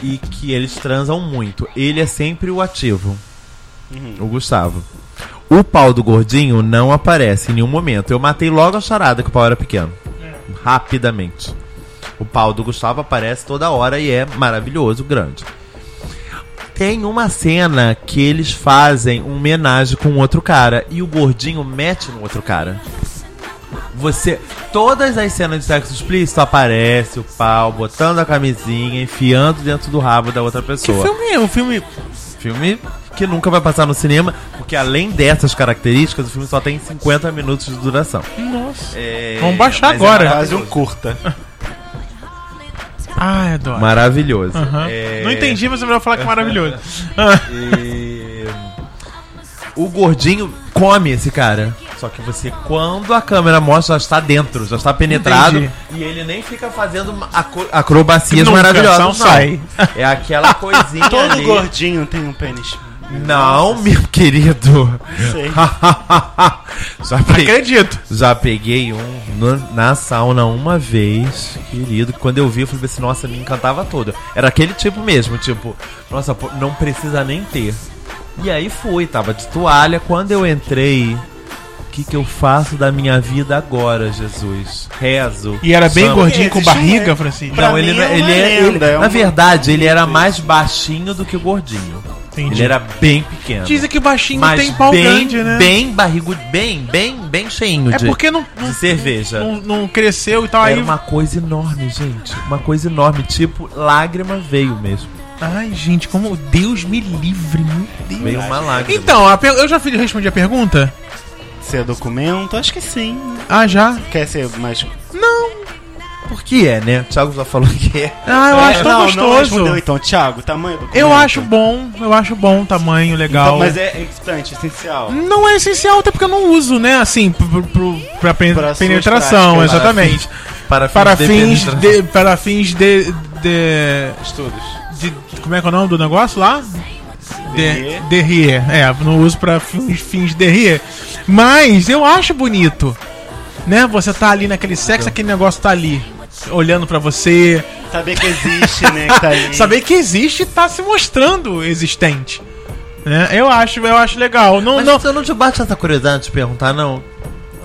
Speaker 3: e que eles transam muito. Ele é sempre o ativo. O Gustavo. O pau do gordinho não aparece em nenhum momento. Eu matei logo a charada que o pau era pequeno. Rapidamente. O pau do Gustavo aparece toda hora e é maravilhoso, grande. Tem uma cena que eles fazem um homenagem com outro cara e o gordinho mete no outro cara. Você. Todas as cenas de sexo explícito aparece o pau botando a camisinha, enfiando dentro do rabo da outra
Speaker 1: Que
Speaker 3: pessoa.
Speaker 1: filme é? Um filme.
Speaker 3: Filme que nunca vai passar no cinema, porque além dessas características, o filme só tem 50 minutos de duração.
Speaker 1: Nossa.
Speaker 3: É,
Speaker 1: Vamos baixar
Speaker 3: mas é
Speaker 1: agora.
Speaker 2: Quase um
Speaker 3: maravilhoso.
Speaker 2: curta.
Speaker 1: Ai, adoro.
Speaker 3: Maravilhoso.
Speaker 1: Ah, Aham.
Speaker 3: É,
Speaker 1: Não entendi, mas é melhor falar que é maravilhoso. Ah,
Speaker 3: e- O gordinho come esse cara. Só que você, quando a câmera mostra, já está dentro, já está penetrado.
Speaker 1: Entendi.
Speaker 3: E ele nem fica fazendo uma acro- acrobacias
Speaker 1: Nunca,
Speaker 3: maravilhosas.
Speaker 1: só
Speaker 3: não.
Speaker 1: sai.
Speaker 3: É aquela coisinha.
Speaker 2: Todo
Speaker 3: ali.
Speaker 2: gordinho tem um pênis.
Speaker 3: Não, meu querido.
Speaker 2: Sei.
Speaker 3: já peguei.
Speaker 1: Acredito.
Speaker 3: Já peguei um no- na sauna uma vez, querido. que Quando eu vi, eu falei assim, nossa, me encantava todo. Era aquele tipo mesmo, tipo, nossa, pô, não precisa nem ter. E aí fui, tava de toalha. Quando eu entrei, o que que eu faço da minha vida agora, Jesus? Rezo.
Speaker 1: E era bem
Speaker 3: samba.
Speaker 1: gordinho com
Speaker 2: Existe um-
Speaker 1: barriga, Francisco.
Speaker 2: Pra
Speaker 3: Não, ele,
Speaker 2: mim
Speaker 3: não-
Speaker 2: é uma
Speaker 3: ele, é,
Speaker 2: lenda,
Speaker 3: ele-
Speaker 2: é
Speaker 3: Na
Speaker 2: um-
Speaker 3: verdade, ele era mais baixinho do que gordinho.
Speaker 1: Entendi.
Speaker 3: Ele era bem pequeno.
Speaker 1: Dizem que baixinho
Speaker 3: mas
Speaker 1: tem pau
Speaker 3: bem,
Speaker 1: grande, né?
Speaker 3: bem barrigudo, bem, bem, bem cheinho
Speaker 1: é
Speaker 3: de-
Speaker 1: porque não,
Speaker 3: de cerveja.
Speaker 1: não, não cresceu e tal. Aí.
Speaker 3: Era uma coisa enorme, gente. Uma coisa enorme. Tipo, lágrima veio mesmo.
Speaker 1: Ai, gente, como Deus me livre, meu Deus.
Speaker 3: Veio uma lágrima.
Speaker 1: Então, a per- eu já fiz- respondi a pergunta?
Speaker 2: Você é documento? Acho que sim.
Speaker 1: Ah, já?
Speaker 2: Quer ser mais.
Speaker 1: Não.
Speaker 3: Por que é, né? O Thiago já falou que é.
Speaker 1: Ah, eu acho tão
Speaker 2: não, Não
Speaker 1: gostoso.
Speaker 2: respondeu, então, Thiago, tamanho do
Speaker 1: Eu
Speaker 2: documento?
Speaker 1: acho bom, eu acho bom o tamanho, legal.
Speaker 2: Então, mas é importante, essencial.
Speaker 1: Não é essencial, até porque eu não uso, né? Assim, pro, pro- pra pen-
Speaker 2: Pra suas
Speaker 1: penetração,
Speaker 2: práticas. né?
Speaker 1: exatamente.
Speaker 3: Para
Speaker 1: Para fins
Speaker 3: penetração.
Speaker 1: de. Para fins de. de,
Speaker 2: Estudos.
Speaker 1: de- como é que é o nome do negócio lá? De,
Speaker 2: Derrier.
Speaker 1: derrier. É, não uso pra fins, fins derrier. Mas eu acho bonito. Né? Você tá ali naquele sexo, aquele negócio tá ali. Olhando pra você.
Speaker 2: Saber que existe, né? Que tá ali.
Speaker 1: Saber que existe e tá se mostrando existente. Né? Eu acho, eu acho legal. Não,
Speaker 3: Mas
Speaker 1: não,
Speaker 3: você não te bate essa curiosidade de perguntar, não?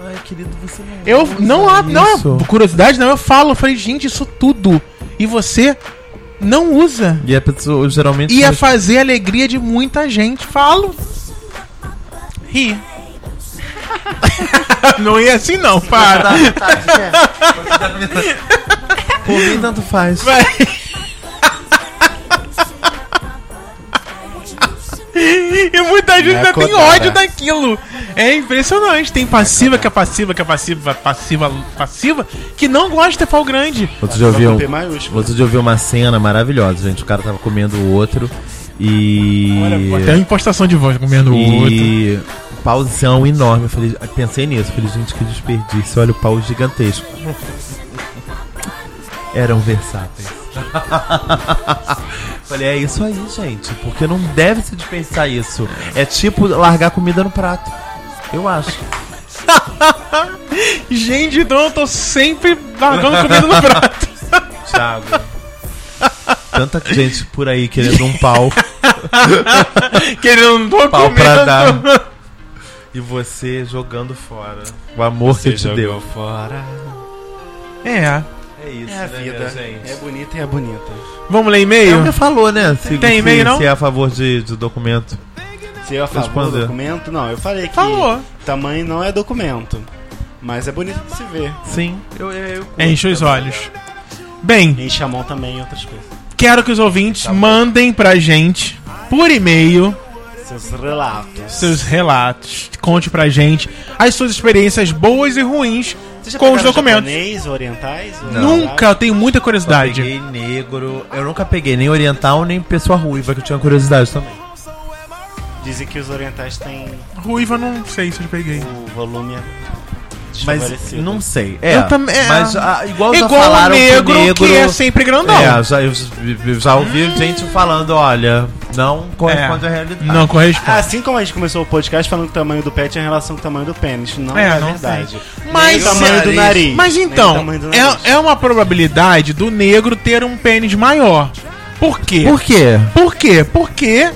Speaker 3: Ai, querido, você não.
Speaker 1: Eu
Speaker 3: usa
Speaker 1: não há, não
Speaker 3: isso.
Speaker 1: é curiosidade, não. Eu falo, eu falei, gente, isso tudo. E você não usa.
Speaker 3: E a pessoa geralmente.
Speaker 1: Ia
Speaker 3: responde,
Speaker 1: fazer a alegria de muita gente. Falo. Ri. não ia assim, não, para.
Speaker 3: "Dá vontade, quer?" Por mim, tanto faz.
Speaker 1: Vai. E muita gente
Speaker 2: Não é
Speaker 1: ainda tem
Speaker 2: cotada.
Speaker 1: ódio daquilo. É impressionante. Tem passiva que é passiva, que é passiva, passiva, passiva, que não gosta de ter pau grande.
Speaker 3: Outro dia eu vi um-
Speaker 2: Com P maiúsculo.
Speaker 3: outro dia eu vi uma cena maravilhosa, gente. O cara tava comendo o outro e.
Speaker 1: Até uma impostação de voz comendo o outro.
Speaker 3: É. E pauzão enorme. Eu falei, eu pensei nisso. Falei, gente, que desperdício. Olha o pau gigantesco. Eram versáteis. falei, é isso aí, gente. Porque não deve se desperdiçar isso. É tipo largar comida no prato. Eu acho.
Speaker 1: Gente, então eu tô sempre largando comida no prato.
Speaker 3: Thiago. Tanta gente por aí querendo um pau,
Speaker 1: Querendo tô
Speaker 3: pau
Speaker 1: comida.
Speaker 3: pra dar. E você jogando fora. O amor que te deu.
Speaker 2: fora.
Speaker 1: É.
Speaker 3: É isso,
Speaker 2: É a vida. É bonita e é bonita.
Speaker 1: Vamos ler e-mail?
Speaker 3: Ele falou, né? Se,
Speaker 1: Tem
Speaker 3: se-
Speaker 1: e-mail, não?
Speaker 3: se é a favor de, de documento.
Speaker 2: Se eu a favor do
Speaker 3: Responder.
Speaker 2: documento, não. Eu falei que
Speaker 1: Falou.
Speaker 2: tamanho não é documento. Mas é bonito de se ver.
Speaker 3: Sim.
Speaker 1: É, Enche os olhos. Bem,
Speaker 2: Enche a mão também e outras coisas.
Speaker 1: quero que os ouvintes
Speaker 2: Tá
Speaker 1: mandem pra gente, por e-mail,
Speaker 2: Seus relatos.
Speaker 1: seus relatos. Conte pra gente as suas experiências boas e ruins
Speaker 2: Vocês já
Speaker 1: com os
Speaker 2: pegaram
Speaker 1: documentos.
Speaker 2: Japonês, orientais?
Speaker 1: Nunca, eu tenho muita
Speaker 3: Só
Speaker 1: curiosidade.
Speaker 3: peguei negro. Eu nunca peguei nem oriental, nem pessoa ruiva, que eu tinha curiosidade também.
Speaker 2: Dizem que os orientais têm
Speaker 1: Ruiva, não sei se eu peguei.
Speaker 2: o volume é
Speaker 3: Mas
Speaker 2: desfavorecido.
Speaker 3: não sei. É,
Speaker 1: Eu também- é.
Speaker 3: Mas ah, igual, já
Speaker 1: Igual o
Speaker 3: falaram que
Speaker 1: negro,
Speaker 3: negro-
Speaker 1: que é sempre grandão.
Speaker 3: É, já, eu, eu já ouvi gente falando, olha, não corresponde
Speaker 1: É.
Speaker 3: à realidade. Ah,
Speaker 1: Não corresponde.
Speaker 2: Assim como a gente começou o podcast falando que o tamanho do pet é em relação ao tamanho do pênis. Não
Speaker 1: É,
Speaker 2: é,
Speaker 1: não
Speaker 2: verdade.
Speaker 1: Mas é-
Speaker 2: Nem o tamanho do
Speaker 3: nariz.
Speaker 2: nariz.
Speaker 1: Mas
Speaker 2: nem o
Speaker 1: então,
Speaker 2: tamanho do nariz.
Speaker 1: é, é uma probabilidade do negro ter um pênis maior. Por quê?
Speaker 3: Por quê?
Speaker 1: Por quê? Porque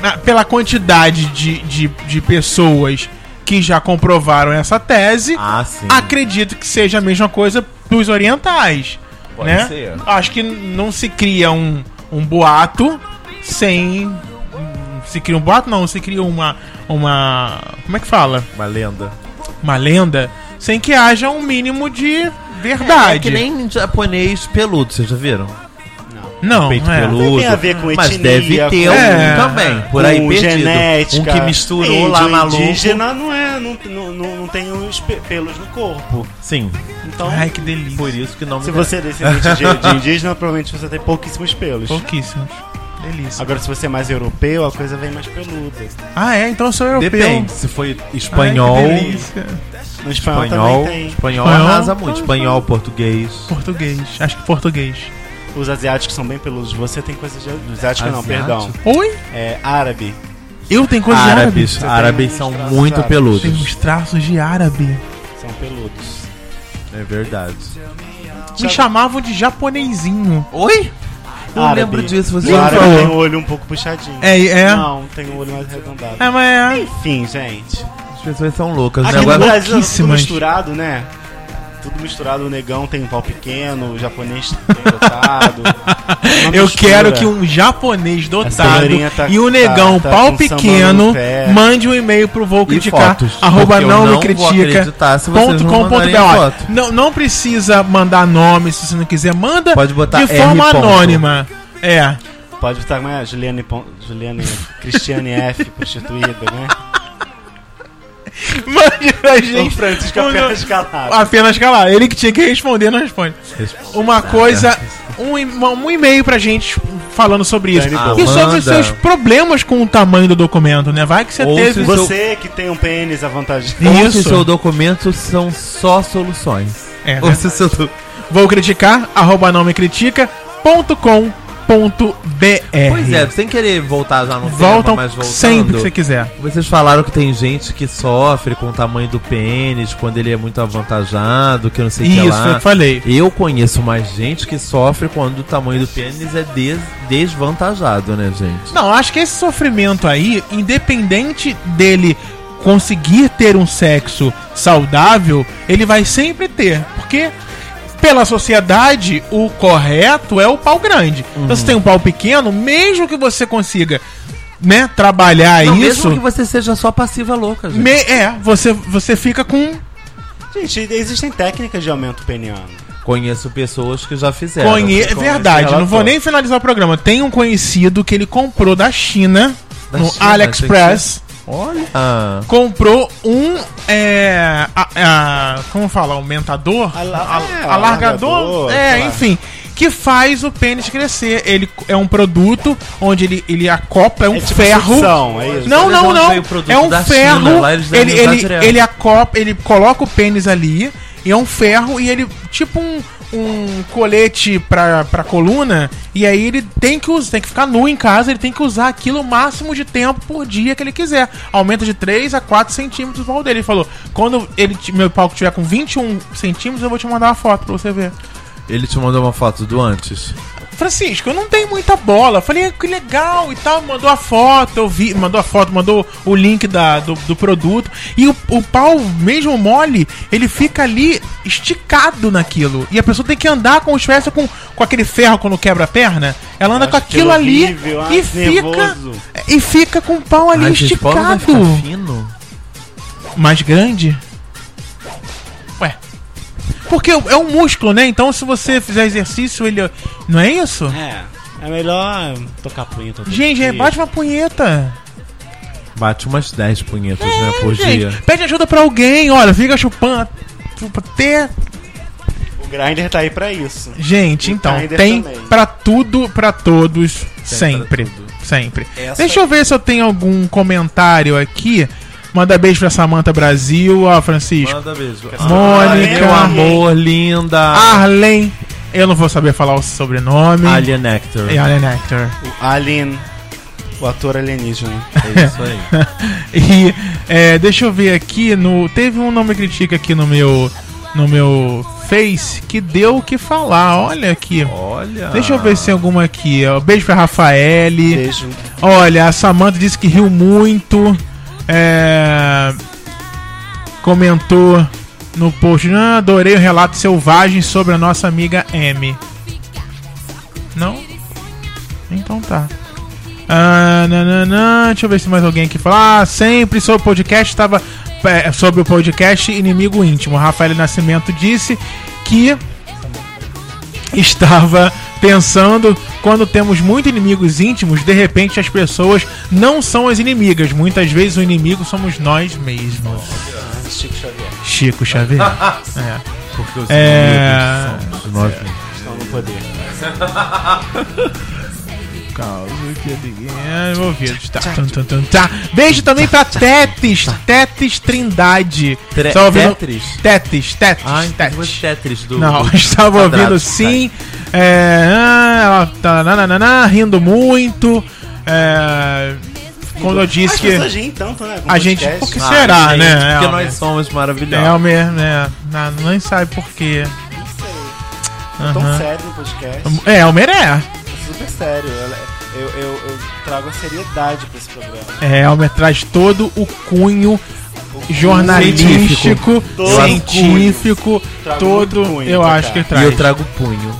Speaker 1: na- pela quantidade de, de, de pessoas que já comprovaram essa tese,
Speaker 3: Ah, sim.
Speaker 1: acredito que seja a mesma coisa dos orientais.
Speaker 3: Pode
Speaker 1: né?
Speaker 3: ser.
Speaker 1: Acho que não se cria um, um boato sem. Se cria um boato, não, se cria uma. uma como é que fala?
Speaker 3: Uma lenda.
Speaker 1: Uma lenda sem que haja um mínimo de verdade.
Speaker 3: É que nem japonês peludo, vocês já viram?
Speaker 1: Não,
Speaker 3: Peito
Speaker 1: é.
Speaker 3: peludo.
Speaker 2: Tem a ver com
Speaker 3: mas
Speaker 2: etnia,
Speaker 3: deve ter
Speaker 2: com-
Speaker 3: um
Speaker 1: É.
Speaker 3: também, por aí
Speaker 2: com
Speaker 3: perdido.
Speaker 2: genética.
Speaker 3: um que misturou
Speaker 2: Índio,
Speaker 3: lá maluco.
Speaker 2: indígena não é, não, não, não, não tem os pe- pelos no corpo.
Speaker 3: Sim.
Speaker 2: Então,
Speaker 1: Ai, que delícia.
Speaker 3: Por isso que não me
Speaker 2: se você é descendente de, de indígena, provavelmente você tem pouquíssimos pelos.
Speaker 1: Pouquíssimos. Delícia.
Speaker 2: Agora, se você é mais europeu, a coisa vem mais peluda.
Speaker 1: Ah, é? Então eu sou europeu.
Speaker 3: Depende, se foi espanhol,
Speaker 1: Ai, que delícia.
Speaker 2: No espanhol,
Speaker 3: espanhol,
Speaker 2: também tem.
Speaker 3: espanhol
Speaker 1: Espanhol?
Speaker 3: arrasa muito, espanhol, português.
Speaker 1: Português. Acho que português.
Speaker 2: Os asiáticos são bem peludos. Você tem coisa de... Asiático não,
Speaker 3: Asiático?
Speaker 2: perdão.
Speaker 1: Oi?
Speaker 2: É árabe.
Speaker 1: Eu tenho coisa de árabe.
Speaker 3: Árabes,
Speaker 2: Você
Speaker 3: árabes
Speaker 2: tem
Speaker 3: são
Speaker 2: traços
Speaker 3: muito
Speaker 2: árabes.
Speaker 1: Tem uns
Speaker 3: peludos.
Speaker 1: traços de árabe.
Speaker 2: São peludos.
Speaker 3: É verdade.
Speaker 1: Me chamavam de japonesinho.
Speaker 3: Oi? Eu
Speaker 2: Árabe.
Speaker 3: lembro disso, você
Speaker 2: O
Speaker 3: já
Speaker 1: Lembra?
Speaker 2: árabe
Speaker 3: falou.
Speaker 2: tem o olho um pouco puxadinho.
Speaker 1: É, é.
Speaker 2: Não, tem o olho mais arredondado.
Speaker 1: É, mas é.
Speaker 2: Enfim, gente.
Speaker 3: As pessoas são loucas,
Speaker 2: Aqui
Speaker 3: né?
Speaker 2: no
Speaker 3: Agora-
Speaker 2: Brasil é tudo
Speaker 1: pouquíssimas.
Speaker 2: misturado, né? Tudo misturado, o negão tem um pau pequeno, o japonês tem dotado. Uma
Speaker 1: Eu
Speaker 2: mistura.
Speaker 1: quero que um japonês dotado
Speaker 2: senhorinha tá-
Speaker 1: e um negão
Speaker 2: tá- tá
Speaker 1: pau
Speaker 2: com samba
Speaker 1: pequeno
Speaker 2: no pé.
Speaker 1: mande um e-mail pro Vou Criticar, arroba
Speaker 3: porque eu
Speaker 1: não, me
Speaker 3: vou
Speaker 1: critica,
Speaker 3: acreditar se vocês
Speaker 1: ponto
Speaker 3: não
Speaker 1: com ponto
Speaker 3: mandarem
Speaker 1: br.
Speaker 3: a
Speaker 1: Olha,
Speaker 3: foto.
Speaker 1: Não, não precisa mandar nome se você não quiser, manda
Speaker 3: Pode botar
Speaker 1: de forma
Speaker 3: R ponto.
Speaker 1: anônima. É.
Speaker 2: Pode estar com a Juliane, Pon- Juliane Cristiane F, prostituída, né?
Speaker 1: Mande pra
Speaker 2: Tem
Speaker 1: gente. Ah,
Speaker 2: Francisco
Speaker 1: Quando-
Speaker 2: apenas calado.
Speaker 1: Apenas calar. Ele que tinha que responder, não responde. Uma
Speaker 3: Ah,
Speaker 1: coisa,
Speaker 3: é.
Speaker 1: um, e- um e-mail pra gente falando sobre isso.
Speaker 2: Ah,
Speaker 1: e sobre os
Speaker 3: manda.
Speaker 1: seus problemas com o tamanho do documento, né? Vai que você
Speaker 3: Ou
Speaker 1: teve.
Speaker 3: se
Speaker 2: Você que tem um pênis avantajado.
Speaker 3: Ou se
Speaker 1: Isso.
Speaker 3: seu documento são só soluções.
Speaker 1: É,
Speaker 3: Ou
Speaker 1: né?
Speaker 3: se seu do-
Speaker 1: Vou criticar, arroba não me critica, ponto com, ponto BR.
Speaker 3: Pois é, sem querer voltar já no tema,
Speaker 1: Voltam
Speaker 3: mas voltando.
Speaker 1: sempre que você quiser.
Speaker 3: Vocês falaram que tem gente que sofre com o tamanho do pênis, quando ele é muito avantajado, que eu não sei o que
Speaker 1: Isso,
Speaker 3: lá.
Speaker 1: eu falei.
Speaker 3: Eu conheço mais gente que sofre quando o tamanho do pênis é des- desvantajado, né, gente?
Speaker 1: Não, acho que esse sofrimento aí, independente dele conseguir ter um sexo saudável, ele vai sempre ter. Porque pela sociedade, o correto é o pau grande. Então
Speaker 3: Uhum.
Speaker 1: se tem um pau pequeno, mesmo que você consiga, né, trabalhar
Speaker 3: Não,
Speaker 1: isso,
Speaker 3: Mesmo que você seja só passiva louca, gente.
Speaker 1: me- é, você você fica com
Speaker 2: Gente, existem técnicas de aumento peniano.
Speaker 3: Conheço pessoas que já fizeram.
Speaker 1: Conhe... é
Speaker 3: Conheço
Speaker 1: Verdade, não vou
Speaker 3: relatório.
Speaker 1: nem finalizar o programa. Tem um conhecido que ele comprou da China,
Speaker 3: Da
Speaker 1: no
Speaker 3: China,
Speaker 1: AliExpress.
Speaker 3: Olha. Ah,
Speaker 1: comprou um. É, a- a- como fala? Aumentador?
Speaker 2: Ala- é,
Speaker 1: alargador?
Speaker 2: alargador,
Speaker 1: é,
Speaker 2: sei lá.
Speaker 1: enfim. Que faz o pênis crescer. Ele é um produto onde ele, ele acopla, é um
Speaker 2: É tipo
Speaker 1: ferro.
Speaker 2: sucção, é isso?
Speaker 1: Não,
Speaker 3: Eles
Speaker 1: não,
Speaker 3: não
Speaker 1: não.
Speaker 3: veem o produto
Speaker 1: É um
Speaker 3: da
Speaker 1: ferro.
Speaker 3: China, lá eles devem
Speaker 1: ele,
Speaker 3: usar
Speaker 1: ele,
Speaker 3: direto.
Speaker 1: ele acopla, ele coloca o pênis ali. E é um ferro e ele, tipo um, um colete pra, pra coluna, e aí ele tem que usar, tem que ficar nu em casa, ele tem que usar aquilo o máximo de tempo por dia que ele quiser. Aumenta de 3 a 4 centímetros o pau dele. Ele falou: quando ele, ti- meu pau tiver com 21 centímetros, eu vou te mandar uma foto pra você ver.
Speaker 3: Ele te mandou uma foto do antes.
Speaker 1: Francisco, eu não tenho muita bola. Eu Falei, ah, que legal e tal. Mandou a foto, eu vi, mandou a foto, mandou o link da, do, do produto. E o, o pau, mesmo mole, ele fica ali esticado naquilo. E a pessoa tem que andar como se estivesse com, com aquele ferro quando quebra a perna. Ela anda
Speaker 2: Acho
Speaker 1: com aquilo ali
Speaker 2: horrível, ah,
Speaker 1: e fica.
Speaker 2: nervoso.
Speaker 1: E fica com o pau ali
Speaker 3: Ai, gente, pau não vai
Speaker 1: esticado.
Speaker 3: ficar assim. fino?
Speaker 1: Mais grande? Ué. Porque é um músculo, né? Então se você fizer exercício, ele. Não é isso?
Speaker 2: É, é melhor tocar punheta. todo
Speaker 1: Gente,
Speaker 2: dia.
Speaker 1: bate uma punheta. É,
Speaker 3: Bate umas 10 punhetas, né, por dia.
Speaker 1: pede ajuda pra alguém, olha, fica chupando. chupa Até...
Speaker 2: O Grindr tá aí pra isso.
Speaker 1: Gente, então,
Speaker 2: Grindr
Speaker 1: tem
Speaker 2: também.
Speaker 1: pra tudo, pra todos, sempre.
Speaker 3: pra tudo.
Speaker 1: Sempre.
Speaker 2: Essa-
Speaker 1: Deixa eu ver se eu tenho algum comentário aqui. Manda beijo pra Samanta Brasil, ó, Francisco.
Speaker 3: Manda beijo.
Speaker 1: Mônica. Ah,
Speaker 3: Ai, meu amor, linda.
Speaker 1: Arlen, eu não vou saber falar o sobrenome.
Speaker 3: Alien Actor.
Speaker 1: E Hum. É, Alien Actor.
Speaker 2: O Alien. O ator alienígena.
Speaker 3: É isso aí.
Speaker 1: E é, deixa eu ver aqui no teve um nome critica aqui no meu no meu Face que deu o que falar. Olha aqui.
Speaker 3: Olha.
Speaker 1: Deixa eu ver se tem alguma aqui. ó. Beijo pra Rafael.
Speaker 2: Beijo.
Speaker 1: Olha, a Samantha disse que riu muito. É, comentou no post. Ah, adorei o relato selvagem sobre a nossa amiga M. Não? Então tá. Ah, nananã, deixa eu ver se mais alguém aqui fala. Ah, sempre sobre o podcast, estava sobre o podcast Inimigo Íntimo. Rafael Nascimento disse que estava pensando quando temos muitos inimigos íntimos, de repente as pessoas não são as inimigas. Muitas vezes o inimigo somos nós mesmos.
Speaker 2: Chico Xavier.
Speaker 1: Chico Xavier. É.
Speaker 3: Porque os
Speaker 1: É.
Speaker 3: inimigos são os nossos.
Speaker 2: Estão no poder.
Speaker 1: É, envolvidos, tá. Tum, tum, tum, tá. Beijo também pra Tetis, Tetis Trindade.
Speaker 3: Tre-
Speaker 1: Tá ouvindo-
Speaker 3: Tetris?
Speaker 1: Tetis, Tetis,
Speaker 3: Ah, então
Speaker 1: Tetis.
Speaker 3: duas Tetris do.
Speaker 1: Não,
Speaker 3: do
Speaker 1: estava ouvindo
Speaker 3: quadrado,
Speaker 1: sim. É, ah, ela tá nananana, rindo muito. É, quando eu disse
Speaker 2: As
Speaker 1: que.
Speaker 2: pessoas riem tanto, né? com
Speaker 1: A gente-
Speaker 2: podcast.
Speaker 1: porque-
Speaker 3: cara.
Speaker 1: Será,
Speaker 3: Ah, gente,
Speaker 1: né?
Speaker 3: Porque
Speaker 1: É,
Speaker 3: nós
Speaker 1: né?
Speaker 3: somos maravilhosos.
Speaker 1: É o mesmo, né? Não, nem sabe por quê.
Speaker 2: Não sei. Tão
Speaker 1: Aham.
Speaker 2: sério no podcast.
Speaker 1: É, Elmer é.
Speaker 2: Super sério. Ela- Eu, eu, eu trago a seriedade pra esse programa.
Speaker 1: É, Elmer traz todo o cunho jornalístico,
Speaker 2: Todo
Speaker 1: científico,
Speaker 2: Trago
Speaker 1: todo.
Speaker 2: muito cunho,
Speaker 1: eu
Speaker 2: tá,
Speaker 1: acho que
Speaker 2: cara.
Speaker 1: ele
Speaker 3: E
Speaker 1: traz.
Speaker 3: eu trago punho.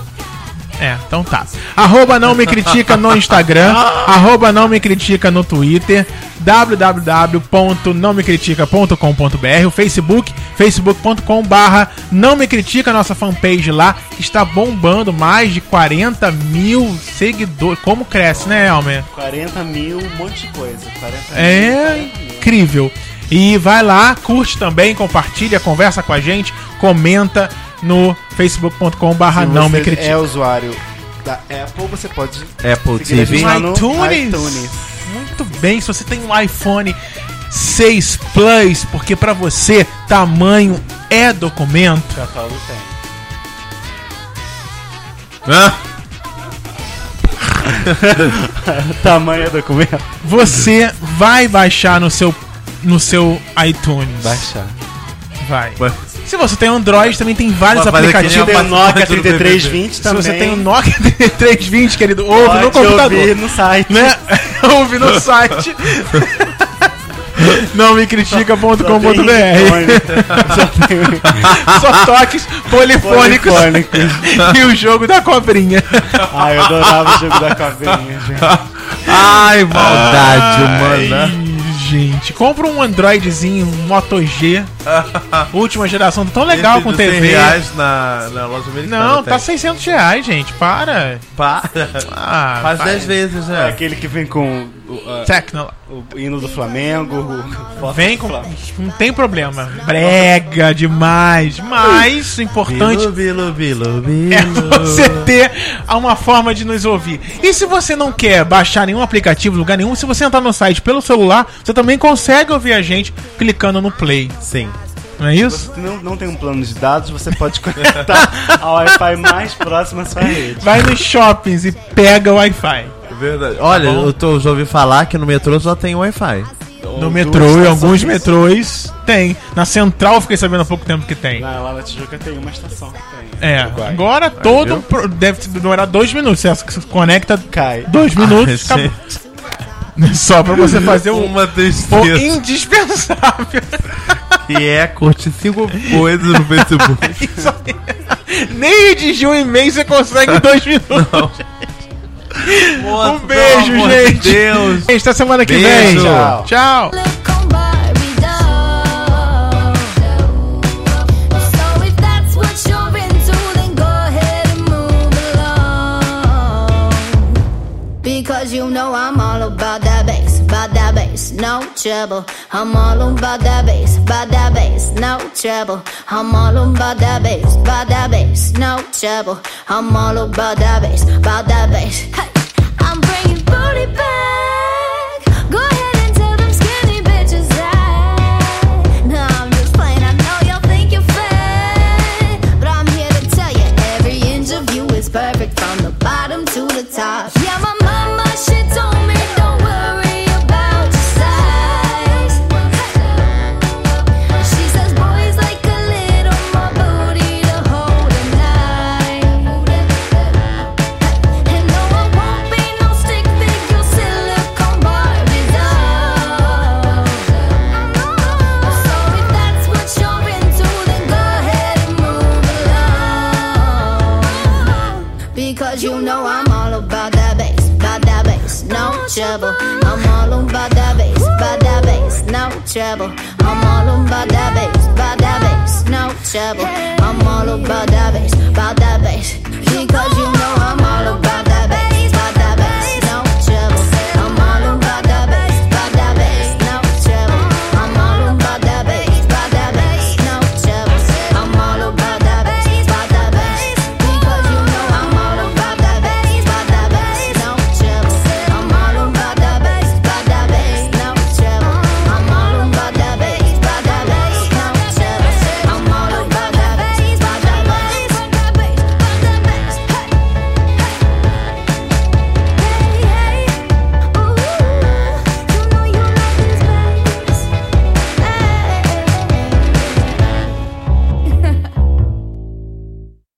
Speaker 1: É, então tá. Arroba não me critica no Instagram, arroba não me critica no Twitter, www.nãomecritica.com.br, o Facebook, facebook.com barra não me critica, nossa fanpage lá, que está bombando mais de 40 mil seguidores. Como cresce, né, Elmer?
Speaker 2: 40 mil, um monte de coisa. 40 mil,
Speaker 1: É
Speaker 2: 40 mil.
Speaker 1: incrível. E vai lá, curte também, compartilha, conversa com a gente, comenta no facebook.com barra
Speaker 2: Se
Speaker 1: Ah, não
Speaker 2: você
Speaker 1: me critica. É.
Speaker 2: é usuário da Apple, você pode
Speaker 3: Apple
Speaker 2: seguir a
Speaker 3: TV.
Speaker 2: gente lá no
Speaker 1: iTunes.
Speaker 2: iTunes.
Speaker 1: Muito bem, se você tem um iPhone 6 Plus, porque pra você tamanho é documento.
Speaker 2: Catálogo tem.
Speaker 3: Ah,
Speaker 2: Tamanho é documento.
Speaker 1: Você vai baixar no seu no seu iTunes.
Speaker 2: Baixar.
Speaker 1: Vai.
Speaker 3: Vai.
Speaker 1: Se você tem Android, também tem vários
Speaker 3: Vai fazer que nem
Speaker 1: aplicativos.
Speaker 3: a
Speaker 2: Tem o Nokia
Speaker 3: Mas tudo bem,
Speaker 2: 3320
Speaker 1: Se
Speaker 2: também.
Speaker 1: você tem o Nokia 320, querido, ouve
Speaker 2: Pode
Speaker 1: no computador.
Speaker 2: ouvir no site.
Speaker 1: Né? Ouve no site. Não me critica.com.br.
Speaker 2: Só tem iPhone. Só tem
Speaker 1: Só toques polifônicos.
Speaker 2: Polifônicos.
Speaker 1: e o jogo da cobrinha.
Speaker 2: Ai, eu adorava o jogo da cobrinha, gente.
Speaker 3: Ai, maldade
Speaker 1: Né?
Speaker 3: humana.
Speaker 1: Ai, gente, compra um Androidzinho, um Moto G. última geração, tá tão legal com
Speaker 3: 100
Speaker 1: TV.
Speaker 3: reais na, na loja americana.
Speaker 1: Não, tá
Speaker 3: tem.
Speaker 1: 600 reais, gente. Para.
Speaker 3: Para.
Speaker 1: Ah,
Speaker 3: Faz 10 vezes,
Speaker 2: É
Speaker 3: né?
Speaker 2: aquele que vem com o, a-
Speaker 1: Tecno.
Speaker 2: o hino do Flamengo. o- foto
Speaker 1: Vem
Speaker 2: do
Speaker 1: com.
Speaker 2: Flamengo.
Speaker 1: Não tem problema. Brega demais. Mas o importante
Speaker 3: Bilu, bilu, bilu, bilu.
Speaker 1: é você ter uma forma de nos ouvir. E se você não quer baixar nenhum aplicativo, lugar nenhum, se você entrar no site pelo celular, você também consegue ouvir a gente clicando no play.
Speaker 3: Sim.
Speaker 1: Não é isso?
Speaker 2: Você não, não tem um plano de dados, você pode conectar ao Wi-Fi mais próximo à sua rede.
Speaker 1: Vai nos shoppings e pega o Wi-Fi.
Speaker 3: Verdade. Olha,
Speaker 1: Tá bom.
Speaker 3: eu tô, já ouvi falar que no metrô só tem Wi-Fi.
Speaker 1: No metrô, em alguns metrôs, tem. Na central eu fiquei sabendo há pouco tempo que tem.
Speaker 2: Lá, lá na Tijuca tem uma estação que tem.
Speaker 1: É, agora todo. um pro- Deve demorar dois minutos. Você conecta
Speaker 2: Cai.
Speaker 1: dois minutos.
Speaker 3: Ah,
Speaker 1: acabou. Só pra você fazer um.
Speaker 3: Uma
Speaker 1: Pô,
Speaker 3: tristeza.
Speaker 1: indispensável.
Speaker 3: E é, curte cinco coisas no Facebook.
Speaker 1: Isso aí. Nem redigir um e-mail você consegue em dois minutos. Um beijo,
Speaker 3: pelo amor
Speaker 1: gente.
Speaker 3: De Deus.
Speaker 1: Gente, até semana que
Speaker 3: Beijo.
Speaker 1: vem.
Speaker 2: Tchau.
Speaker 1: Tchau.
Speaker 4: Silicone Barbie doll. So if that's what you're into, then go ahead and move along. Because you know I'm all about that bass, about that bass, no trouble. I'm all about that bass, about that bass, no trouble. I'm all about that bass, about that bass, no trouble. I'm all about that bass, about that bass. Hey, I'm bringing booty back. Go ahead and tell them skinny bitches that. No, I'm just playing. I know y'all think you're fat, but I'm here to tell you every inch of you is perfect from the bottom to the top. Yeah, my mama she told me don't worry about your size. She says boys like a little more booty to hold a knife. And no, I won't be no stick figure silicone Barbie doll. So if that's what you're into, then go ahead and move along. Because you know I'm all about that bass, about that bass, no trouble. I'm all about that bass, about that bass, no trouble. I'm all about that bass, about that bass, no trouble. I'm all about that bass, about that